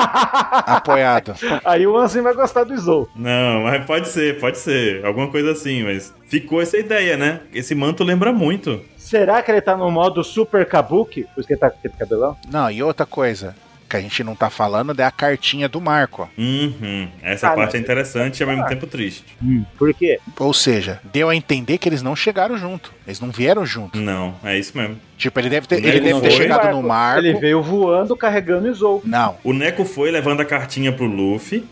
Speaker 1: A- apoiado.
Speaker 3: Aí o Ansem vai gostar do Izou.
Speaker 2: Não, mas pode ser, pode ser. Alguma coisa assim, mas ficou essa ideia, né? Esse manto lembra muito.
Speaker 3: Será que ele tá no modo Super Kabuki? Por isso que ele tá com aquele cabelão?
Speaker 1: Não, e outra coisa que a gente não tá falando é a cartinha do Marco.
Speaker 2: Uhum. Essa
Speaker 3: Ah,
Speaker 2: parte
Speaker 3: não.
Speaker 2: é interessante e ao mesmo tempo triste.
Speaker 3: Por quê?
Speaker 1: Ou seja, deu a entender que eles não chegaram junto. Eles não vieram junto.
Speaker 2: Não, é isso mesmo.
Speaker 1: Tipo, ele deve ter,
Speaker 2: Ele
Speaker 1: ele
Speaker 2: não
Speaker 1: deve ter
Speaker 2: foi?
Speaker 1: chegado no Marco.
Speaker 3: Ele veio voando carregando o Izou.
Speaker 1: Não.
Speaker 2: O Neco foi levando a cartinha pro Luffy,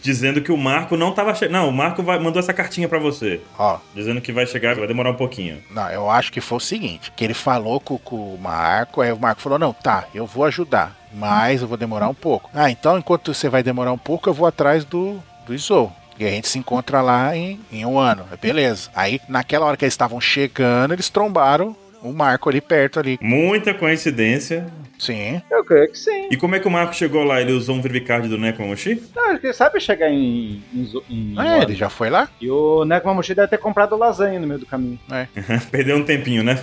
Speaker 2: dizendo que o Marco não tava chegando. Não, o Marco vai- mandou essa cartinha pra você,
Speaker 1: Ó,
Speaker 2: dizendo que vai chegar, vai demorar um pouquinho.
Speaker 1: Não, eu acho que foi o seguinte, que ele falou com, com o Marco, aí o Marco falou, não, tá, eu vou ajudar, mas eu vou demorar um pouco. Ah, então enquanto você vai demorar um pouco, eu vou atrás do, do Izou. E a gente se encontra lá em, em um ano, beleza. Aí, naquela hora que eles estavam chegando, eles trombaram o Marco ali perto ali.
Speaker 2: Muita coincidência.
Speaker 1: Sim,
Speaker 3: Eu creio que sim.
Speaker 2: E como é que o Marco chegou lá? Ele usou um Vivicard do Nekomamushi?
Speaker 3: Não, ele sabe chegar em, em, zo- em
Speaker 1: é,
Speaker 3: Wano.
Speaker 1: ele já foi lá?
Speaker 3: E o Nekomamushi deve ter comprado lasanha no meio do caminho.
Speaker 2: [laughs] Perdeu um tempinho, né?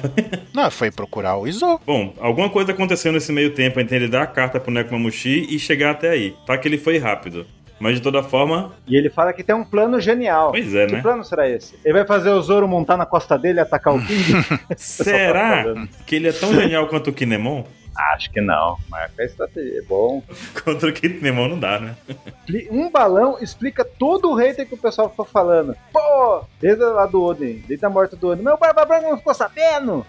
Speaker 1: Não, foi procurar o Izou.
Speaker 2: Bom, alguma coisa aconteceu nesse meio tempo entre ele dar a carta pro Nekomamushi e chegar até aí. Tá que ele foi rápido. Mas de toda forma,
Speaker 3: E ele fala que tem um plano genial.
Speaker 2: Pois é,
Speaker 3: que [laughs]
Speaker 2: né?
Speaker 3: plano será esse? Ele vai fazer o Zoro montar na costa dele e atacar o King?
Speaker 2: [laughs] será
Speaker 3: falando.
Speaker 2: que ele é tão genial quanto o Kinemon? [laughs]
Speaker 3: Acho que não. Marca a estratégia. É bom.
Speaker 2: Contra o Kinemon não dá, né?
Speaker 3: Expli- Um balão explica todo o hater que o pessoal ficou falando. Pô, desde lá do Odin, desde a morte do Odin. Meu Barba Branca não ficou sabendo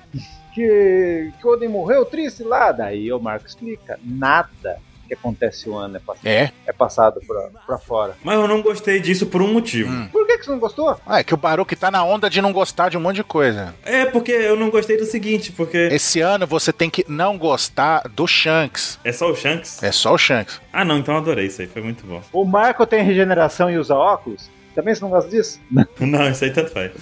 Speaker 3: que, que o Odin morreu triste lá. Daí o Marco explica. Nada que acontece o ano é passado,
Speaker 1: É,
Speaker 3: é passado pra, pra fora.
Speaker 2: Mas eu não gostei disso por um motivo.
Speaker 3: Por que, que você não gostou?
Speaker 1: ah, é que o Baruque tá na onda de não gostar de um monte de coisa.
Speaker 2: É, porque eu não gostei do seguinte, porque
Speaker 1: Esse ano você tem que não gostar do Shanks.
Speaker 2: é só o Shanks.
Speaker 1: É só o Shanks.
Speaker 2: Ah, não, então eu adorei isso aí, foi muito bom.
Speaker 3: O Marco tem regeneração e usa óculos? Também você não gosta disso?
Speaker 2: [laughs] Não, isso aí tanto faz.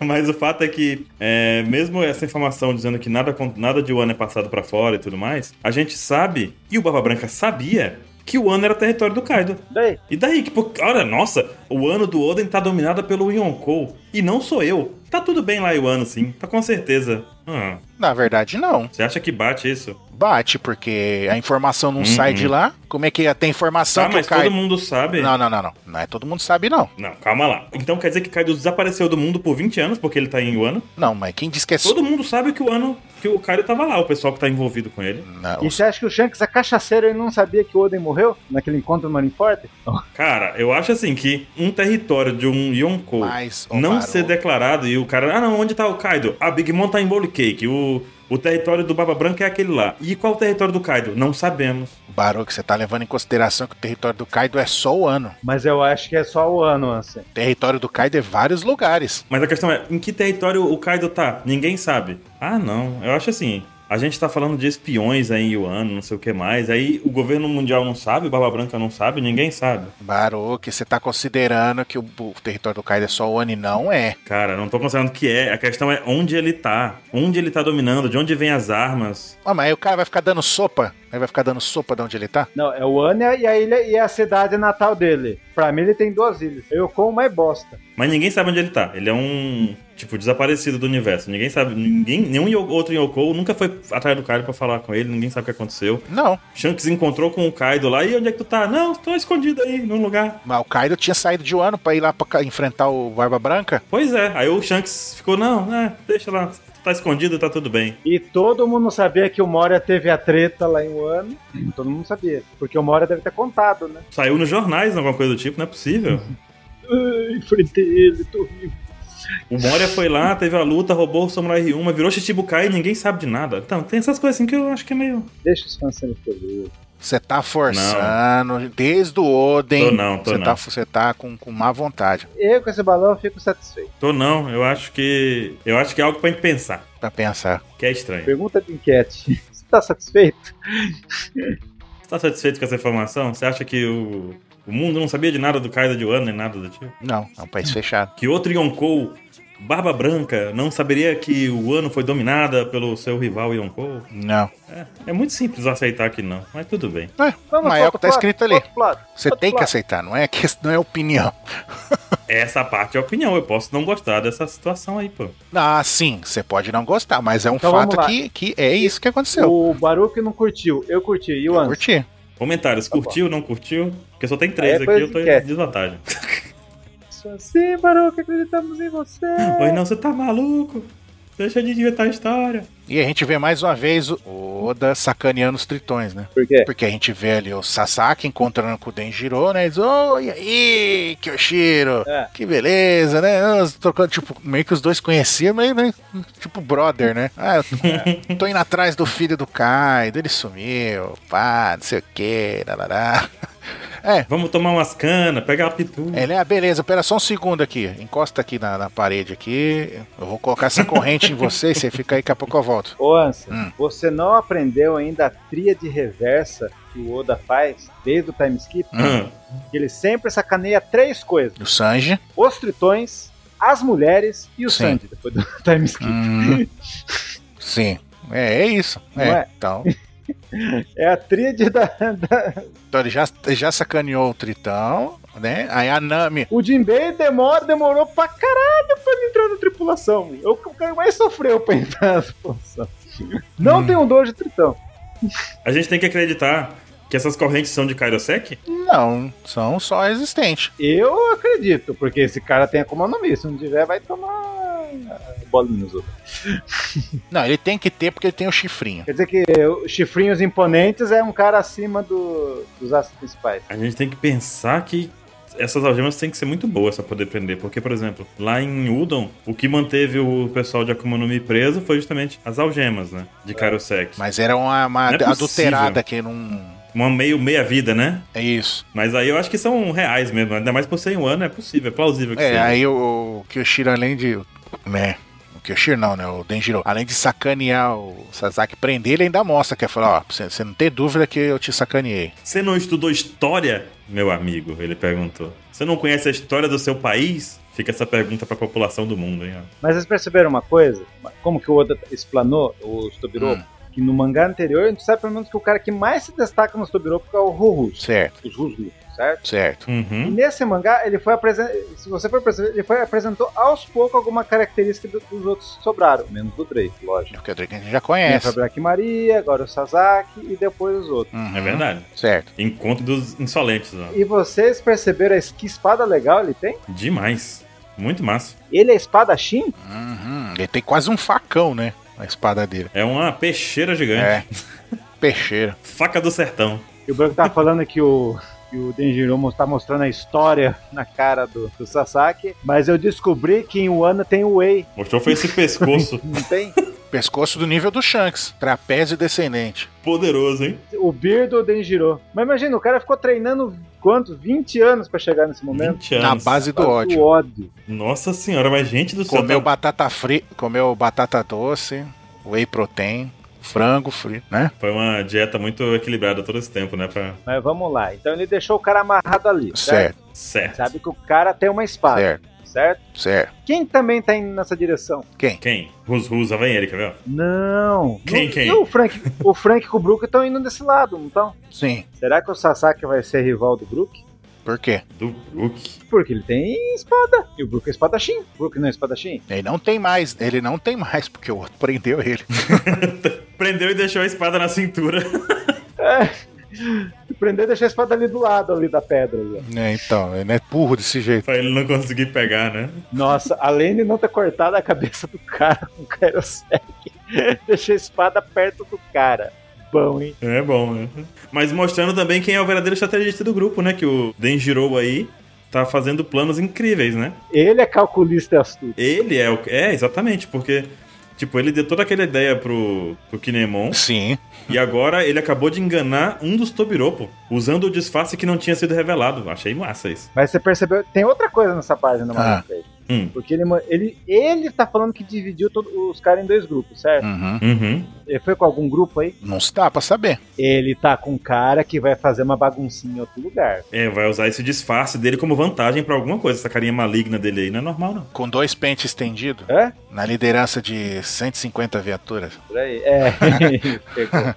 Speaker 2: Mas o fato é que, é, mesmo essa informação dizendo que nada, con- nada de Wano é passado pra fora e tudo mais, a gente sabe, e o Barba Branca sabia, que o Wano era território do Kaido.
Speaker 3: Daí,
Speaker 2: E daí, que, por- olha, nossa, o ano do Oden tá dominado pelo Yonkou, e não sou eu. Tá tudo bem lá o ano, sim, tá com certeza. Ah,
Speaker 1: Na verdade, não.
Speaker 2: você acha que bate isso?
Speaker 1: Bate, porque a informação não sai de lá. Como é que ia ter informação
Speaker 2: Uhum. Tá,
Speaker 1: que
Speaker 2: mas
Speaker 1: o Kaido...
Speaker 2: todo mundo sabe.
Speaker 1: Não, não, não, não. Não é todo mundo sabe, não.
Speaker 2: Não, calma lá. Então quer dizer que Kaido desapareceu do mundo por 20 anos porque ele tá em Wano?
Speaker 1: Não, mas quem diz que é...
Speaker 2: Todo mundo sabe que o ano que o Kaido tava lá, o pessoal que tá envolvido com ele.
Speaker 1: Não,
Speaker 3: e você acha que o Shanks é cachaceiro e ele não sabia que o Odin morreu naquele encontro no Marineford?
Speaker 2: Cara, eu acho assim que um território de um Yonkou
Speaker 1: Mas, ô,
Speaker 2: não
Speaker 1: Maru-
Speaker 2: ser declarado e o cara, ah não, onde tá o Kaido? Ah, Big Mom tá em Bolo Cake, o, o território do Baba Branca é aquele lá. E qual o território do Kaido? Não sabemos.
Speaker 1: Baruque, você tá levando em consideração que o território do Kaido é só o ano.
Speaker 3: Mas eu acho que é só o ano, assim.
Speaker 1: O território do Kaido é vários lugares.
Speaker 2: Mas a questão é, em que território o Kaido tá? Ninguém sabe. Ah, não. Eu acho assim, a gente tá falando de espiões aí em Yuan, não sei o que mais. Aí o governo mundial não sabe, o Barba Branca não sabe, ninguém sabe.
Speaker 1: Baruque, você tá considerando que o, o território do Kaido é só o ano e não é.
Speaker 2: Cara, não tô considerando o que é. A questão é onde ele tá. Onde ele tá dominando, de onde vem as armas.
Speaker 1: Ah, mas aí o cara vai ficar dando sopa? Aí vai ficar dando sopa de onde ele tá?
Speaker 3: Não, é o Anya e a ilha e a cidade natal dele. Pra mim, ele tem duas ilhas. Eu com uma é bosta.
Speaker 2: Mas ninguém sabe onde ele tá. Ele é um, tipo, desaparecido do universo. Ninguém sabe. Ninguém, nenhum Yo- outro Yoko nunca foi atrás do Kaido pra falar com ele. Ninguém sabe o que aconteceu.
Speaker 1: Não.
Speaker 2: Shanks encontrou com o Kaido lá. E onde é que tu tá? Não, tô escondido aí, num lugar.
Speaker 1: Mas o Kaido tinha saído de um ano pra ir lá pra ca- enfrentar o Barba Branca?
Speaker 2: Pois é, aí o Shanks ficou, não, né, deixa lá, tá escondido, tá tudo bem.
Speaker 3: E todo mundo sabia que o Moria teve a treta lá em Wano. Todo mundo sabia. Porque o Moria deve ter contado, né?
Speaker 2: Saiu nos jornais, alguma coisa do tipo, não é possível.
Speaker 3: Ai, Ah, enfrentei ele, tô vivo.
Speaker 2: O Moria foi lá, teve a luta, roubou o Samurai Ryuma, virou Shichibukai e ninguém sabe de nada. Então, tem essas coisas assim que eu acho que é meio...
Speaker 3: Deixa os fãs serem felizes.
Speaker 1: Você tá forçando desde o Oden.
Speaker 2: Tô não, tô
Speaker 1: Você
Speaker 2: não.
Speaker 1: tá, você tá com, com má vontade
Speaker 3: Eu com esse balão fico satisfeito.
Speaker 2: Tô não, eu acho que. Eu acho que é algo pra gente pensar.
Speaker 1: pra pensar.
Speaker 2: Que é estranho.
Speaker 3: Pergunta de enquete. [laughs] Você tá satisfeito?
Speaker 2: Você tá satisfeito com essa informação? Você acha que o, o mundo não sabia de nada do Kaido de Wano nem nada do tipo?
Speaker 1: Não, é um país fechado.
Speaker 2: Que outro Yonkou, Barba Branca, não saberia que o Wano foi dominada pelo seu rival Yonkou?
Speaker 1: Não.
Speaker 2: É, é muito simples aceitar que não, mas tudo bem.
Speaker 1: É, mas é o
Speaker 3: outro
Speaker 1: que tá
Speaker 3: lado,
Speaker 1: escrito ali.
Speaker 3: outro lado,
Speaker 1: Você
Speaker 3: outro
Speaker 1: tem que
Speaker 3: lado.
Speaker 1: aceitar, não é que [laughs] não é opinião.
Speaker 2: Essa parte é opinião, eu posso não gostar dessa situação aí, pô.
Speaker 1: Ah, sim, você pode não gostar, mas é um
Speaker 3: Então vamos
Speaker 1: fato
Speaker 3: lá.
Speaker 1: que, que é isso que aconteceu.
Speaker 3: O Baruque não curtiu. Eu curti. E o
Speaker 1: Eu
Speaker 3: Anderson?
Speaker 1: curti.
Speaker 2: Comentários, curtiu, não curtiu? Porque só tem três
Speaker 3: Tá Aí
Speaker 2: aqui,
Speaker 3: depois
Speaker 2: eu tô em
Speaker 3: esquece.
Speaker 2: desvantagem.
Speaker 3: Sim, Baruque, acreditamos em você.
Speaker 2: Pois não, você tá maluco? Deixa de inventar história.
Speaker 1: E a gente vê mais uma vez o Oda sacaneando os tritões, né?
Speaker 3: Por quê?
Speaker 1: Porque a gente vê ali o Sasaki encontrando com o Denjiro, né? E diz, oh, e aí, Kyoshiro?
Speaker 3: É.
Speaker 1: Que beleza, né? Ah, Trocando, tipo, meio que os dois conheciam, meio, meio tipo brother, né? Ah, eu tô, tô indo atrás do filho do Kaido, ele sumiu, pá, não sei o quê, larará. É,
Speaker 2: Vamos tomar umas canas, pegar a pitu.
Speaker 1: Ele é, ah, beleza, pera só um segundo aqui. Encosta aqui na, na parede aqui. Eu vou colocar essa corrente em você e você fica aí, daqui a pouco eu volto.
Speaker 3: Ô, Anson,
Speaker 1: Hum.
Speaker 3: você não aprendeu ainda a tríade reversa que o Oda faz desde o time skip?
Speaker 1: Hum.
Speaker 2: Ah,
Speaker 3: Que ele sempre sacaneia três coisas:
Speaker 1: E O Sanji.
Speaker 3: os tritões, as mulheres e o
Speaker 1: Sim.
Speaker 3: Sandy, depois do [laughs] time skip.
Speaker 1: Hum, sim. É, é isso. É,
Speaker 3: Não é?
Speaker 1: Então,
Speaker 3: É a tríade da, da-
Speaker 1: então ele já, ele já sacaneou o Tritão, né? Aí a Nami.
Speaker 3: O Jinbei demora, demorou pra caralho pra ele entrar na tripulação. Eu, o cara mais sofreu pra entrar na tripulação. Não
Speaker 1: Hum.
Speaker 3: tem um dojo de tritão.
Speaker 2: a gente tem que acreditar que essas correntes são de Kairosek?
Speaker 1: Não, são só existentes.
Speaker 3: Eu acredito, porque esse cara tem a Kumanomi. Se não tiver, vai tomar ah, bolinha nos outros.
Speaker 1: Não, ele tem que ter porque ele tem o chifrinho.
Speaker 3: Quer dizer que o chifrinhos imponentes é um cara acima do- dos astros principais.
Speaker 2: A gente tem que pensar que essas algemas têm que ser muito boas pra poder prender. Porque, por exemplo, lá em Udon, o que manteve o pessoal de Akuma no Mi preso foi justamente as algemas, né? De Kairosek.
Speaker 1: É. Mas era uma, uma
Speaker 2: Não é
Speaker 1: adulterada que não.
Speaker 2: Uma meio meia-vida, né?
Speaker 1: É isso.
Speaker 2: Mas aí eu acho que são reais mesmo. Ainda mais por ser um ano, é possível, é plausível que
Speaker 1: É,
Speaker 2: seja.
Speaker 1: aí o, o Kyoshiro, além de. Né? O Kyoshiro não, né? O Denjiro. Além de sacanear o Sasaki prender, ele ainda mostra. Quer falar, ó, pra você, você não tem dúvida que eu te sacaneei.
Speaker 2: Você não estudou história, meu amigo? Ele perguntou. Você não conhece a história do seu país? Fica essa pergunta pra população do mundo, hein? ó.
Speaker 3: Mas vocês perceberam uma coisa? Como que o Oda explanou os Tobiropo? Que no mangá anterior, a gente sabe pelo menos que o cara que mais se destaca nos Tobiropo é o Rurus.
Speaker 1: Certo,
Speaker 3: Os Rurus, certo?
Speaker 1: certo.
Speaker 3: E
Speaker 2: Uhum.
Speaker 3: nesse mangá, ele foi apresen- se você for perceber, ele foi apresentou aos poucos alguma característica do- dos outros que sobraram, menos do Drake, lógico.
Speaker 1: Porque o Draken a gente já
Speaker 3: Tinha Foi
Speaker 1: conhece.
Speaker 3: a Black Maria, agora o Sasaki e depois os outros.
Speaker 1: Uhum,
Speaker 2: É verdade.
Speaker 1: Certo.
Speaker 2: Encontro dos insolentes, ó.
Speaker 3: E vocês perceberam es- que espada legal ele tem?
Speaker 2: Demais. Muito massa.
Speaker 3: Ele é espadachim?
Speaker 1: Uhum, Ele tem quase um facão, né? A espada dele.
Speaker 2: É uma peixeira gigante.
Speaker 1: É. Peixeiro.
Speaker 2: Faca do sertão.
Speaker 3: E o Branco tá falando que o, que o Denjiro mos- tá mostrando a história na cara do, do Sasaki, mas eu descobri que em Wano tem o Wei,
Speaker 2: Mostrou foi
Speaker 1: [laughs]
Speaker 2: esse pescoço
Speaker 3: não tem?
Speaker 1: Pescoço do nível do Shanks. Trapézio descendente.
Speaker 2: poderoso, hein?
Speaker 3: o Beardo Denjiro. Mas imagina, o cara ficou treinando quanto? 20 anos pra chegar nesse momento?
Speaker 2: 20
Speaker 1: Na
Speaker 2: anos.
Speaker 1: base do
Speaker 3: Do
Speaker 1: ódio.
Speaker 3: ódio.
Speaker 2: Nossa senhora, mas gente do céu.
Speaker 1: Comeu
Speaker 2: tá-
Speaker 1: batata frita. Comeu batata doce. Whey protein. Frango frito, né?
Speaker 2: Foi uma dieta muito equilibrada todo esse tempo, né? Pra...
Speaker 3: Mas vamos lá. Então ele deixou o cara amarrado ali. Certo.
Speaker 1: Certo,
Speaker 2: Certo.
Speaker 3: Sabe que o cara tem uma espada, certo.
Speaker 1: certo, certo.
Speaker 3: Quem também tá indo nessa direção?
Speaker 1: Quem?
Speaker 2: Quem? Rus Rus, lá vem ele, quer ver?
Speaker 3: Não.
Speaker 2: Quem,
Speaker 3: Não-
Speaker 2: quem?
Speaker 3: não, o Frank, o Frank com o Brook estão indo desse lado, não estão?
Speaker 1: Sim.
Speaker 3: Será que o Sasaki vai ser rival do Brook?
Speaker 1: Por quê?
Speaker 2: Do Brook.
Speaker 3: Porque ele tem espada. E o Brook é espadachim. O Brook não é espadachim?
Speaker 1: Ele não tem mais, ele não tem mais, porque o outro prendeu ele.
Speaker 2: Prendeu e deixou a espada na cintura. [laughs]
Speaker 3: Se prender, deixa a espada ali do lado, ali da pedra. ali, ó.
Speaker 1: É, então, ele é burro desse jeito.
Speaker 2: pra ele não conseguir pegar, né?
Speaker 3: Nossa, além de não ter cortado a cabeça do cara com Kairosek, [laughs] deixa a espada perto do cara. Bom, hein?
Speaker 2: É bom, né? Mas mostrando também quem é o verdadeiro estrategista do grupo, né? Que o Denjiro aí tá fazendo planos incríveis, né?
Speaker 3: Ele é calculista e astuto.
Speaker 2: Ele é o. É, exatamente, porque Tipo, ele deu toda aquela ideia pro, pro Kinemon.
Speaker 1: Sim.
Speaker 2: E agora ele acabou de enganar um dos Tobiropo, usando o disfarce que não tinha sido revelado. Achei massa isso.
Speaker 3: Mas você percebeu, tem outra coisa nessa página do
Speaker 1: Ah.
Speaker 3: Marvel Page.
Speaker 2: Hum.
Speaker 3: Porque ele, ma- ele, ele tá falando que dividiu todo- os caras em dois grupos, certo?
Speaker 1: Uhum.
Speaker 2: Uhum.
Speaker 3: Ele foi com algum grupo aí?
Speaker 1: Não se dá pra saber.
Speaker 3: Ele tá com um cara que vai fazer uma baguncinha em outro lugar.
Speaker 2: É, vai usar esse disfarce dele como vantagem pra alguma coisa. Essa carinha maligna dele aí não é normal, não.
Speaker 1: Com dois pentes estendidos,
Speaker 3: É?
Speaker 1: na liderança de 150 viaturas.
Speaker 3: Por aí. É. [laughs] Pegou.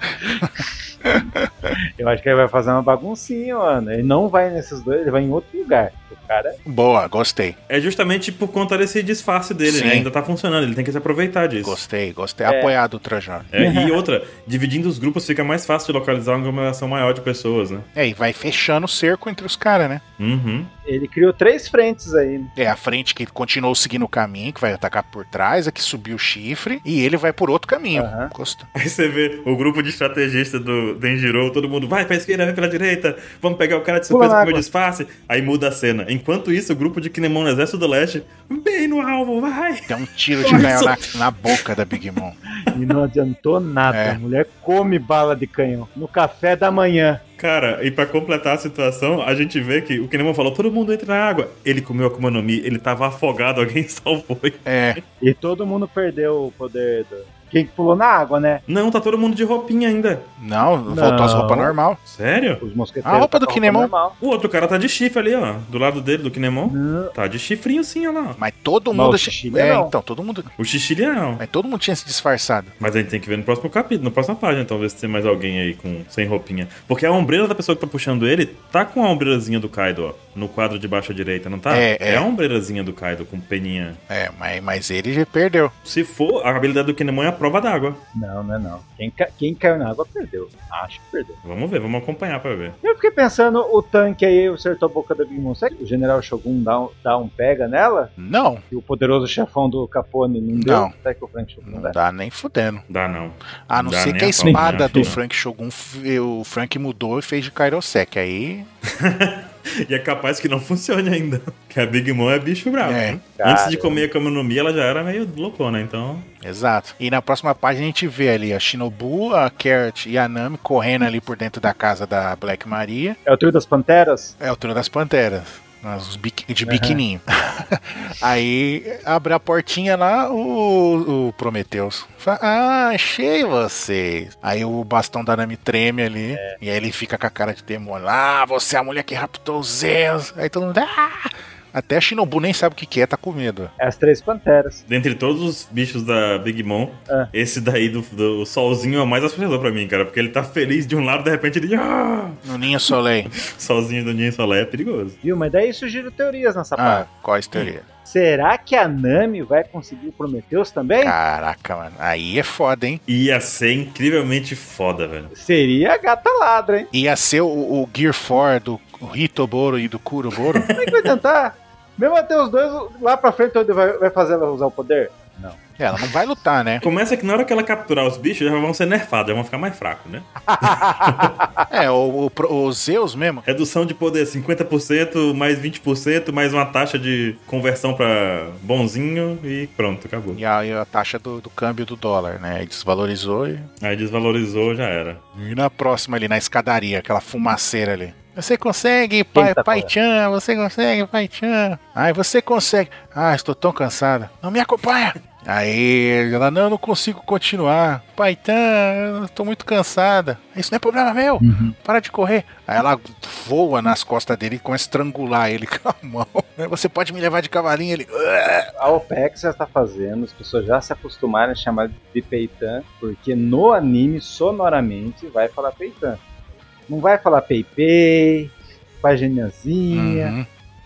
Speaker 3: Eu acho que ele vai fazer uma baguncinha, mano. Ele não vai nesses dois, ele vai em outro lugar. O cara.
Speaker 1: Boa, gostei.
Speaker 2: É justamente por conta desse disfarce dele,
Speaker 1: Sim.
Speaker 2: né? Ainda tá funcionando, ele tem que se aproveitar disso.
Speaker 1: Gostei, gostei.
Speaker 3: É.
Speaker 1: Apoiado o Trajano.
Speaker 2: É, e outra, dividindo os grupos fica mais fácil de localizar uma aglomeração maior de pessoas, né?
Speaker 1: É, e vai fechando o cerco entre os caras, né?
Speaker 2: Uhum.
Speaker 3: Ele criou três frentes aí.
Speaker 1: É a frente que continuou seguindo o caminho, que vai atacar por trás, a que subiu o chifre, e ele vai por outro caminho.
Speaker 3: Aham.
Speaker 1: Gostei.
Speaker 2: Aí você vê o grupo de estrategistas do Denjiro, todo mundo vai pra esquerda, vai pela direita, vamos pegar o cara de
Speaker 3: Pula
Speaker 2: surpresa
Speaker 3: na
Speaker 2: com o meu
Speaker 3: água.
Speaker 2: disfarce. Aí muda a cena. Enquanto isso, o grupo de Kinemon no Exército do Leste, bem no alvo, vai!
Speaker 1: Tem um tiro de canhão na, na boca da Big Mom.
Speaker 3: E não adiantou nada.
Speaker 1: É.
Speaker 3: A mulher come bala de canhão no café da manhã.
Speaker 2: Cara, e pra completar a situação, a gente vê que o Kinemon falou, todo mundo entra na água. Ele comeu a Akuma no Mi, ele tava afogado, [laughs] alguém salvou ele.
Speaker 1: É,
Speaker 3: E todo mundo perdeu o poder do. Quem que pulou na água, né?
Speaker 2: Não, tá todo mundo de roupinha ainda.
Speaker 1: não, voltou
Speaker 3: Não.
Speaker 1: as roupas normal.
Speaker 2: Sério?
Speaker 3: Os mosqueteiros.
Speaker 1: A roupa
Speaker 3: tá
Speaker 1: do
Speaker 3: com
Speaker 1: Kinemon?
Speaker 3: normal.
Speaker 2: O outro cara tá de chifre ali, ó, do lado dele, do Kinemon.
Speaker 3: Não,
Speaker 2: Tá de chifrinho sim, ó lá. ó.
Speaker 1: Mas todo
Speaker 3: Mas
Speaker 1: mundo.
Speaker 3: o xixi
Speaker 1: é,
Speaker 3: não.
Speaker 1: então, todo mundo.
Speaker 2: O xixi não.
Speaker 1: Mas todo mundo tinha se disfarçado.
Speaker 2: Mas a gente tem que ver no próximo capítulo, na próxima página, então, ver se tem mais alguém aí com, sem roupinha. Porque a ombreira da pessoa que tá puxando ele tá com a ombreirazinha do Kaido, ó. No quadro de baixo à direita, não tá?
Speaker 1: É, é.
Speaker 2: a ombreirazinha do Kaido com peninha.
Speaker 1: É, mas, mas ele já perdeu.
Speaker 2: Se for, a habilidade do Kinemon é a prova d'água.
Speaker 3: não, não é não. Quem, ca- quem caiu na água perdeu. Acho que perdeu.
Speaker 2: Vamos ver, vamos acompanhar pra ver.
Speaker 3: Eu fiquei pensando, o tanque aí acertou a boca da Big Mom. Será que o General Shogun dá um, dá um pega nela?
Speaker 1: Não,
Speaker 3: E o poderoso chefão do Capone não deu?
Speaker 1: Não.
Speaker 3: Será que o Frank Shogun
Speaker 1: não
Speaker 3: dá?
Speaker 1: dá nem fudendo.
Speaker 2: Dá não.
Speaker 1: A não
Speaker 2: Dá
Speaker 1: ser
Speaker 2: nem
Speaker 1: que a
Speaker 2: a pau,
Speaker 1: espada
Speaker 2: né,
Speaker 1: do
Speaker 2: filho?
Speaker 1: Frank Shogun, f- o Frank mudou e fez de Kairosek. Aí.
Speaker 2: E é capaz que não [laughs] funcione ainda. Porque a Big Mom é bicho bravo.
Speaker 1: É.
Speaker 2: né? Antes de
Speaker 3: Caramba.
Speaker 2: comer a Kama no Mi, ela já era meio loucona, então.
Speaker 1: Exato. E na próxima página a gente vê ali a Shinobu, a Carrot e a Nami correndo ali por dentro da casa da Black Maria.
Speaker 3: É o trio das panteras?
Speaker 1: É o trio das panteras. Os biqui- de biquininho. [laughs] Aí abre a portinha lá o, o Prometheus. Fala, ah, achei vocês. Aí o bastão da Nami treme ali. E aí ele fica com a cara de demônio. Ah, você é a mulher que raptou os Zeus. Aí todo mundo. Ah! Até a Shinobu nem sabe o que, que é, tá com medo.
Speaker 3: É as três panteras.
Speaker 2: Dentre todos os bichos da Big Mom,
Speaker 3: É.
Speaker 2: esse daí do, do solzinho é o mais assustador pra mim, cara. Porque ele tá feliz de um lado, de repente ele. "Ah!"
Speaker 1: No Ninho Soleil.
Speaker 2: Solzinho do Ninho Solé é perigoso.
Speaker 3: Viu? Mas daí surgiram teorias nessa
Speaker 1: Ah,
Speaker 3: parte.
Speaker 1: qual a teoria?
Speaker 3: Será que a Nami vai conseguir o Prometheus também?
Speaker 1: Caraca, mano. Aí é foda, hein?
Speaker 2: Ia ser incrivelmente foda, velho.
Speaker 3: Seria a gata ladra, hein?
Speaker 1: Ia ser o, o Gear 4 do Hitoboro e do Kuroboro.
Speaker 3: Como é que vai tentar? [laughs] Mesmo até os dois, lá pra frente ele vai, vai fazer ela usar o poder?
Speaker 1: Ela não vai lutar, né?
Speaker 2: Começa que na hora que ela capturar os bichos, já vão ser nerfados, já vão ficar mais fracos, né?
Speaker 1: É, o, o Pro- o Zeus mesmo.
Speaker 2: Redução de poder 50%, mais 20%, mais uma taxa de conversão pra bonzinho e pronto, acabou.
Speaker 1: E a, e a taxa do, do câmbio do dólar, né? Ele desvalorizou e...
Speaker 2: Aí desvalorizou, já era.
Speaker 1: e na próxima ali, na escadaria, aquela fumaceira ali. Você consegue, pai,
Speaker 3: Eita, é?
Speaker 1: pai
Speaker 3: porra.
Speaker 1: Chan, você consegue, pai Chan. Ai, você consegue. Ah, estou tão cansada. Não me acompanha. Aí, ela, não, não consigo continuar. Pai Chan, eu estou muito cansada. Isso não é problema meu.
Speaker 3: Uhum.
Speaker 1: para de correr. Aí ela voa nas costas dele e começa a estrangular ele [laughs] com a mão. Você pode me levar de cavalinho? Ele.
Speaker 3: A OPEX já está fazendo, as pessoas já se acostumaram a chamar de Peitan, porque no anime, sonoramente, vai falar Peitan. Não vai falar Peipei, Paginhazinha.
Speaker 1: Uhum.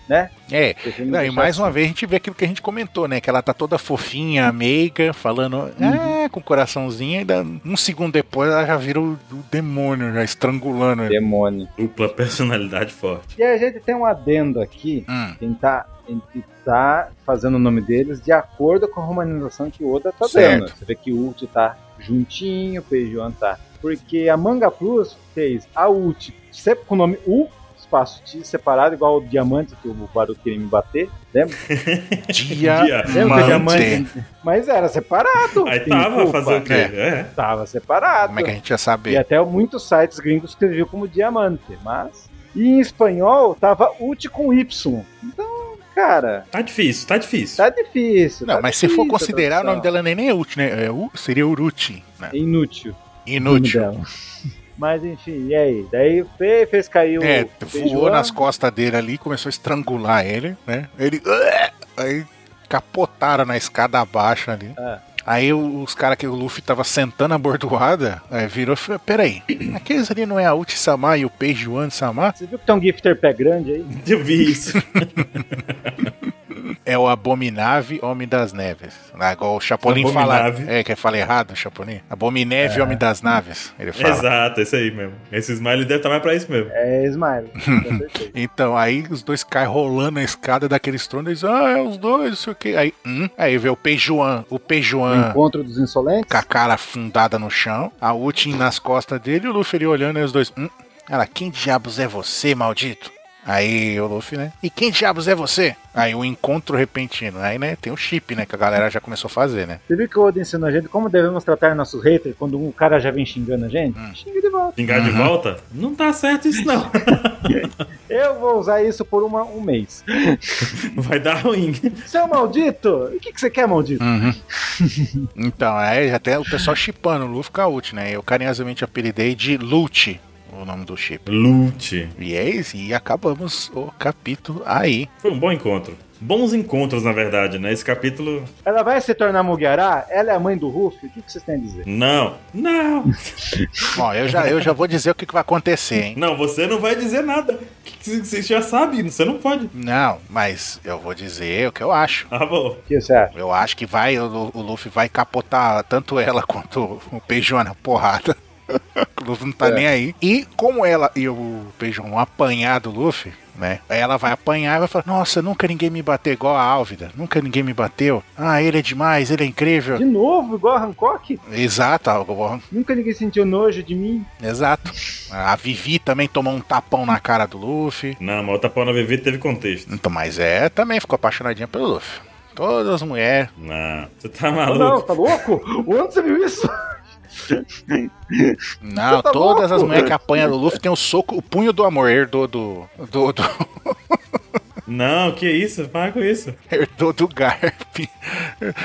Speaker 3: né?
Speaker 1: É.
Speaker 3: Uhum.
Speaker 1: Não, e mais uma vez a gente vê aquilo que a gente comentou, né? Que ela tá toda fofinha, meiga, falando
Speaker 3: Hum.
Speaker 1: ah, com o coraçãozinho. Ainda um segundo depois ela já vira o, o demônio, já estrangulando ele.
Speaker 3: Demônio.
Speaker 2: Dupla personalidade forte.
Speaker 3: E a gente tem um adendo aqui, [laughs]
Speaker 1: Hum,
Speaker 3: quem tá, quem tá fazendo o nome deles de acordo com a romanização que o Oda tá
Speaker 1: Certo.
Speaker 3: dando. Você vê que o Ulti tá juntinho, o Peijuan tá. Porque a Manga Plus fez a Ulti sempre com o nome U, espaço T separado, igual o diamante que o Baru queria me bater, lembra?
Speaker 1: Dia,
Speaker 3: Lembra do
Speaker 1: diamante.
Speaker 3: diamante? Mas era separado.
Speaker 2: Aí
Speaker 3: filho,
Speaker 2: tava
Speaker 3: culpa. né?
Speaker 2: fazer o quê? É.
Speaker 3: Tava separado.
Speaker 1: Como é que a gente ia
Speaker 3: E
Speaker 1: saber?
Speaker 3: até muitos sites gringos escreviam como diamante, mas. E em espanhol tava ut com Y. Então, cara,
Speaker 2: Tá difícil, tá difícil.
Speaker 3: tá difícil.
Speaker 1: Não,
Speaker 3: tá
Speaker 1: mas se for
Speaker 3: difícil a
Speaker 1: considerar, o nome
Speaker 3: tradução.
Speaker 1: dela nem é Uchi, né? É, U- seria Uruti. Né?
Speaker 3: É Inútil. o nome
Speaker 1: Inútil.
Speaker 3: dela. [laughs] Mas enfim, e aí? Daí fez, fez cair o.
Speaker 1: É, voou
Speaker 3: Feijoa.
Speaker 1: nas costas dele ali, começou a estrangular ele, né? Ele. Aí capotaram na escada abaixo ali.
Speaker 3: É.
Speaker 1: Aí o- os caras que o Luffy tava sentando a bordoada, aí virou e falou: Peraí, aqueles ali não é a Uchi Samar e o Peijuan Samar?
Speaker 3: Você viu que tem um gifter pé grande aí?
Speaker 2: [laughs] Eu vi
Speaker 3: [laughs]
Speaker 2: isso.
Speaker 1: É o Abominave Homem das Neves. Ah, Igual o Chapolin fala.
Speaker 2: Abominave.
Speaker 1: É, que fala errado, Chapolin? Abomineve Homem das Naves, ele fala.
Speaker 2: Exato, esse aí mesmo. Esse smile deve estar mais pra isso mesmo.
Speaker 3: É Smile,
Speaker 1: [laughs]
Speaker 3: com certeza.
Speaker 1: Então, aí os dois caem rolando a escada daquele estrondo e dizem, ah, é os dois, não sei o quê. Aí, hum, aí vê o Peijuan, o
Speaker 3: O
Speaker 1: Peijuan
Speaker 3: encontro dos insolentes?
Speaker 1: com a cara afundada no chão, a Utin nas costas dele e o Luffy ali olhando e os dois, hum, ela, quem diabos é você, maldito? Aí o Luffy, né? E quem diabos é você? Aí o encontro repentino. Aí, né, tem o chip, né, que a galera já começou a fazer, né?
Speaker 3: Você viu que o Oda ensinou a gente como devemos tratar nossos haters quando um cara já vem xingando a gente?
Speaker 1: Ah.
Speaker 3: Xinga de volta.
Speaker 2: Pingar de volta? Não tá certo isso, não. [laughs]
Speaker 3: Eu vou usar isso por uma, um mês.
Speaker 2: Vai dar ruim.
Speaker 3: Seu maldito! O que, que você quer, maldito?
Speaker 1: Então, aí já tem o pessoal chipando o Luffy com a Uchi, né? Eu carinhosamente apelidei de Lute, o nome do chip.
Speaker 2: Lute.
Speaker 1: E é isso, e acabamos o capítulo aí.
Speaker 2: Foi um bom encontro. Bons encontros, na verdade, né? Esse capítulo.
Speaker 3: Ela vai se tornar Mugiará? Ela é a mãe do Ruffy? O que, que vocês têm a dizer?
Speaker 2: Não, não,
Speaker 1: Bom, eu já, eu já vou dizer o que, que vai acontecer, hein?
Speaker 2: não, você não vai dizer nada. Que- que Você já sabe, você não pode.
Speaker 1: Não, mas eu vou dizer o que eu acho.
Speaker 2: Tá bom.
Speaker 3: O que você acha?
Speaker 1: Eu acho que vai, o, Lu- o Luffy vai capotar tanto ela [laughs] quanto o Peijuan na porrada. [laughs] o Luffy não tá nem aí. E como ela e o Peijuan vão apanhar do Luffy, né? Aí ela vai apanhar e vai falar: Nossa, nunca ninguém me bateu igual a Álvida. Nunca ninguém me bateu. Ah, ele é demais, ele é incrível.
Speaker 3: De novo, igual a Hancock?
Speaker 1: Exato, algo
Speaker 3: Nunca ninguém sentiu nojo de mim?
Speaker 1: Exato. A Vivi também tomou um tapão na cara do Luffy.
Speaker 2: Não, mas o Tapão na VV teve contexto.
Speaker 1: Então, mas é, também ficou apaixonadinha pelo Luffy. Todas as mulheres.
Speaker 2: Não, você tá
Speaker 3: Não,
Speaker 2: maluco.
Speaker 3: tá louco? Onde você viu isso?
Speaker 1: Não,
Speaker 3: Você tá
Speaker 1: todas
Speaker 3: louco?
Speaker 1: as mulheres que apanham do Luffy tem o soco, o punho do amor. Herdou do. do, [laughs] do
Speaker 2: Não, que isso, para com isso.
Speaker 1: herdou do Garp.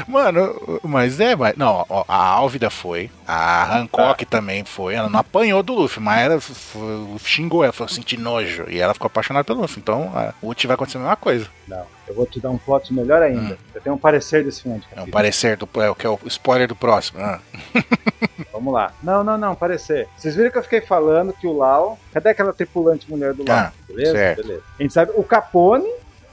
Speaker 1: Mano, mas é, mas. Não, ó, a Álvida foi. A Hancock também foi. Ela não apanhou do Luffy, mas ela f- f- xingou ela, falou sentir nojo. E ela ficou apaixonada pelo Luffy. Então, a Uchi vai acontecer a mesma coisa.
Speaker 3: Não, eu vou te dar um plot melhor ainda. Eu tenho um parecer desse final de
Speaker 1: Ah. É um
Speaker 3: capítulo.
Speaker 1: parecer do. É, o que é o spoiler do próximo. Ah.
Speaker 3: Vamos lá. Não, não, não, parecer. Vocês viram que eu fiquei falando que o Lau. Cadê aquela tripulante mulher do Lau?
Speaker 1: Ah,
Speaker 3: beleza?
Speaker 1: certo.
Speaker 3: Beleza. A gente sabe, o Capone,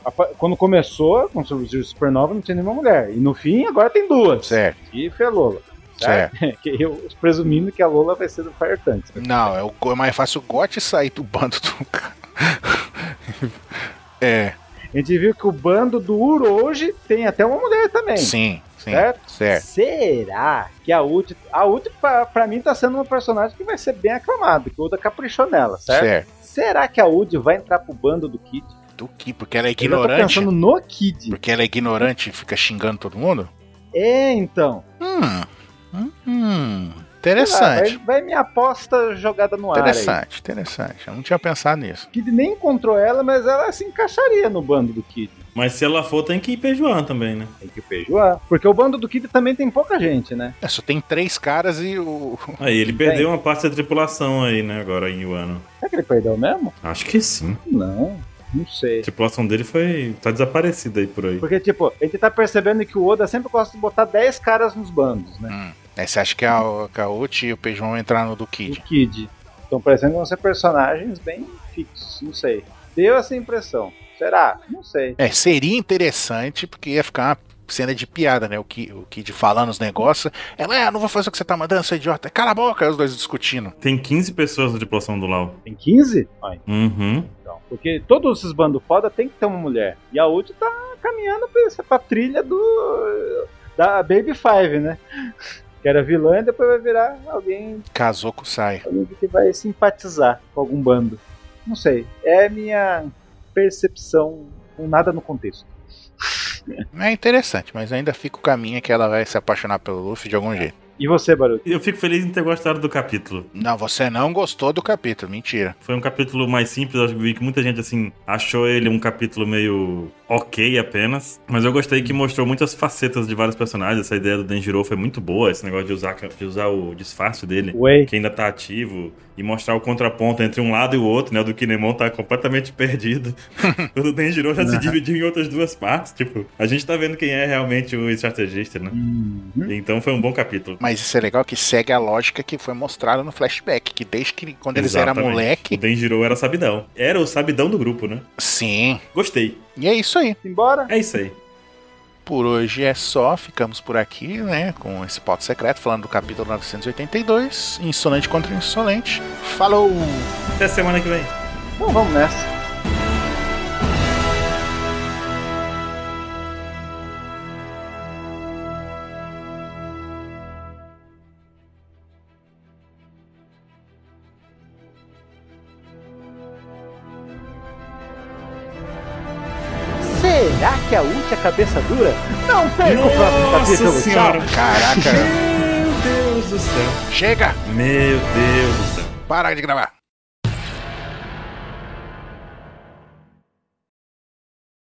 Speaker 3: apa- quando começou, quando surgiu o Supernova, não tinha nenhuma mulher. E no fim, agora tem duas.
Speaker 1: Certo,
Speaker 3: E foi a Lola. tá?
Speaker 1: certo.
Speaker 3: [laughs] Que eu presumindo que a Lola vai ser do Fire Tanks.
Speaker 1: Não, é, o, go- é mais fácil o Gote sair do bando do cara. [laughs] é,
Speaker 3: A gente viu que o bando do Uro hoje tem até uma mulher também.
Speaker 1: sim, é. sim.
Speaker 3: Certo?
Speaker 1: Certo?
Speaker 3: Será que a Uti. A Uti, pra, pra mim, tá sendo uma personagem que vai ser bem aclamada, que o Oda caprichou nela, certo?
Speaker 1: Certo.
Speaker 3: Será que a Uti vai entrar pro bando do Kid?
Speaker 1: Do que? Porque ela é
Speaker 3: Eu já tô
Speaker 1: ignorante?
Speaker 3: pensando no Kid.
Speaker 1: Porque ela é ignorante e fica xingando todo mundo?
Speaker 3: É, então.
Speaker 1: Hum. Hum. hum.
Speaker 3: Sei lá,
Speaker 1: Interessante.
Speaker 3: vai, vai minha aposta jogada no ar. Aí.
Speaker 1: Interessante, interessante. Eu não tinha pensado nisso.
Speaker 3: O Kid nem encontrou ela, mas ela se encaixaria no bando do Kid.
Speaker 2: Mas se ela for, tem que ir pejoando também, né?
Speaker 3: Tem que feijoar. Ah, Porque o bando do Kid também tem pouca gente, né?
Speaker 1: É, só tem três caras e o. [laughs]
Speaker 2: Aí ele perdeu uma parte da tripulação aí, né, agora em Wano.
Speaker 3: Será que ele perdeu mesmo?
Speaker 2: Acho que sim.
Speaker 3: Não, não sei.
Speaker 2: A tripulação dele foi. tá desaparecida aí por aí.
Speaker 3: Porque, tipo, a gente tá percebendo que o Oda sempre gosta de botar 10 caras nos bandos, né?
Speaker 1: É, você acha que a, que a Uchi e o Peixe vão entrar no do
Speaker 3: O
Speaker 1: Kid?
Speaker 3: Kid. Estão parecendo que vão ser personagens bem fixos, não sei. Deu essa impressão. Será? Não sei.
Speaker 1: É, seria interessante, porque ia ficar uma cena de piada, né? O Ki- o Kid, falando os negócios. Ela, é, não vou fazer o que você tá mandando, seu idiota. Cala a boca, os dois discutindo.
Speaker 2: Tem 15 pessoas na tripulação do Lau.
Speaker 3: Tem 15? Ah,
Speaker 2: Uhum.
Speaker 3: então. Porque todos esses bandos foda tem que ter uma mulher. E a Uchi tá caminhando pra, essa, pra trilha do. da Baby Five, né? [laughs] Que era vilã e depois vai virar alguém,
Speaker 1: Kazoko sai.
Speaker 3: alguém que vai simpatizar com algum bando. Não sei. É minha percepção com nada no contexto.
Speaker 1: É interessante, mas ainda fica o caminho que ela vai se apaixonar pelo Luffy de algum jeito.
Speaker 3: E você, Baruto?
Speaker 2: Eu fico feliz em ter gostado do capítulo.
Speaker 1: Não, você não gostou do capítulo, mentira.
Speaker 2: Foi um capítulo mais simples, acho que vi que muita gente assim achou ele um capítulo meio ok apenas, mas eu gostei que mostrou muitas facetas de vários personagens. Essa ideia do Denjiro foi muito boa, esse negócio de usar de usar o disfarce dele,
Speaker 3: Ué.
Speaker 2: que ainda tá ativo e mostrar o contraponto entre um lado e o outro, né? O do Kinemon tá completamente [laughs] perdido. o do Denjiro já se dividiu em outras duas partes, tipo, a gente tá vendo quem é realmente o estrategista, né?
Speaker 3: Uhum.
Speaker 2: Então foi um bom capítulo.
Speaker 1: Mas isso é legal que segue a lógica que foi mostrada no flashback, que desde que quando eles eram
Speaker 2: Exatamente. O
Speaker 1: moleque,
Speaker 2: Denjiro era sabidão. Era o sabidão do grupo, né?
Speaker 1: sim.
Speaker 2: Gostei.
Speaker 1: E é isso aí.
Speaker 3: Embora?
Speaker 2: É isso aí.
Speaker 1: Por hoje é só, ficamos por aqui, né, com esse pote secreto falando do capítulo 982, Insolente contra Insolente. Falou!
Speaker 2: Até semana que vem.
Speaker 3: Então vamos nessa. Será que a ult é cabeça dura? Não perca o próximo capítulo. Tchau.
Speaker 1: Caraca,
Speaker 2: Meu Deus do
Speaker 1: [laughs]
Speaker 2: céu.
Speaker 1: chega!
Speaker 2: Meu Deus do céu.
Speaker 1: Para de gravar!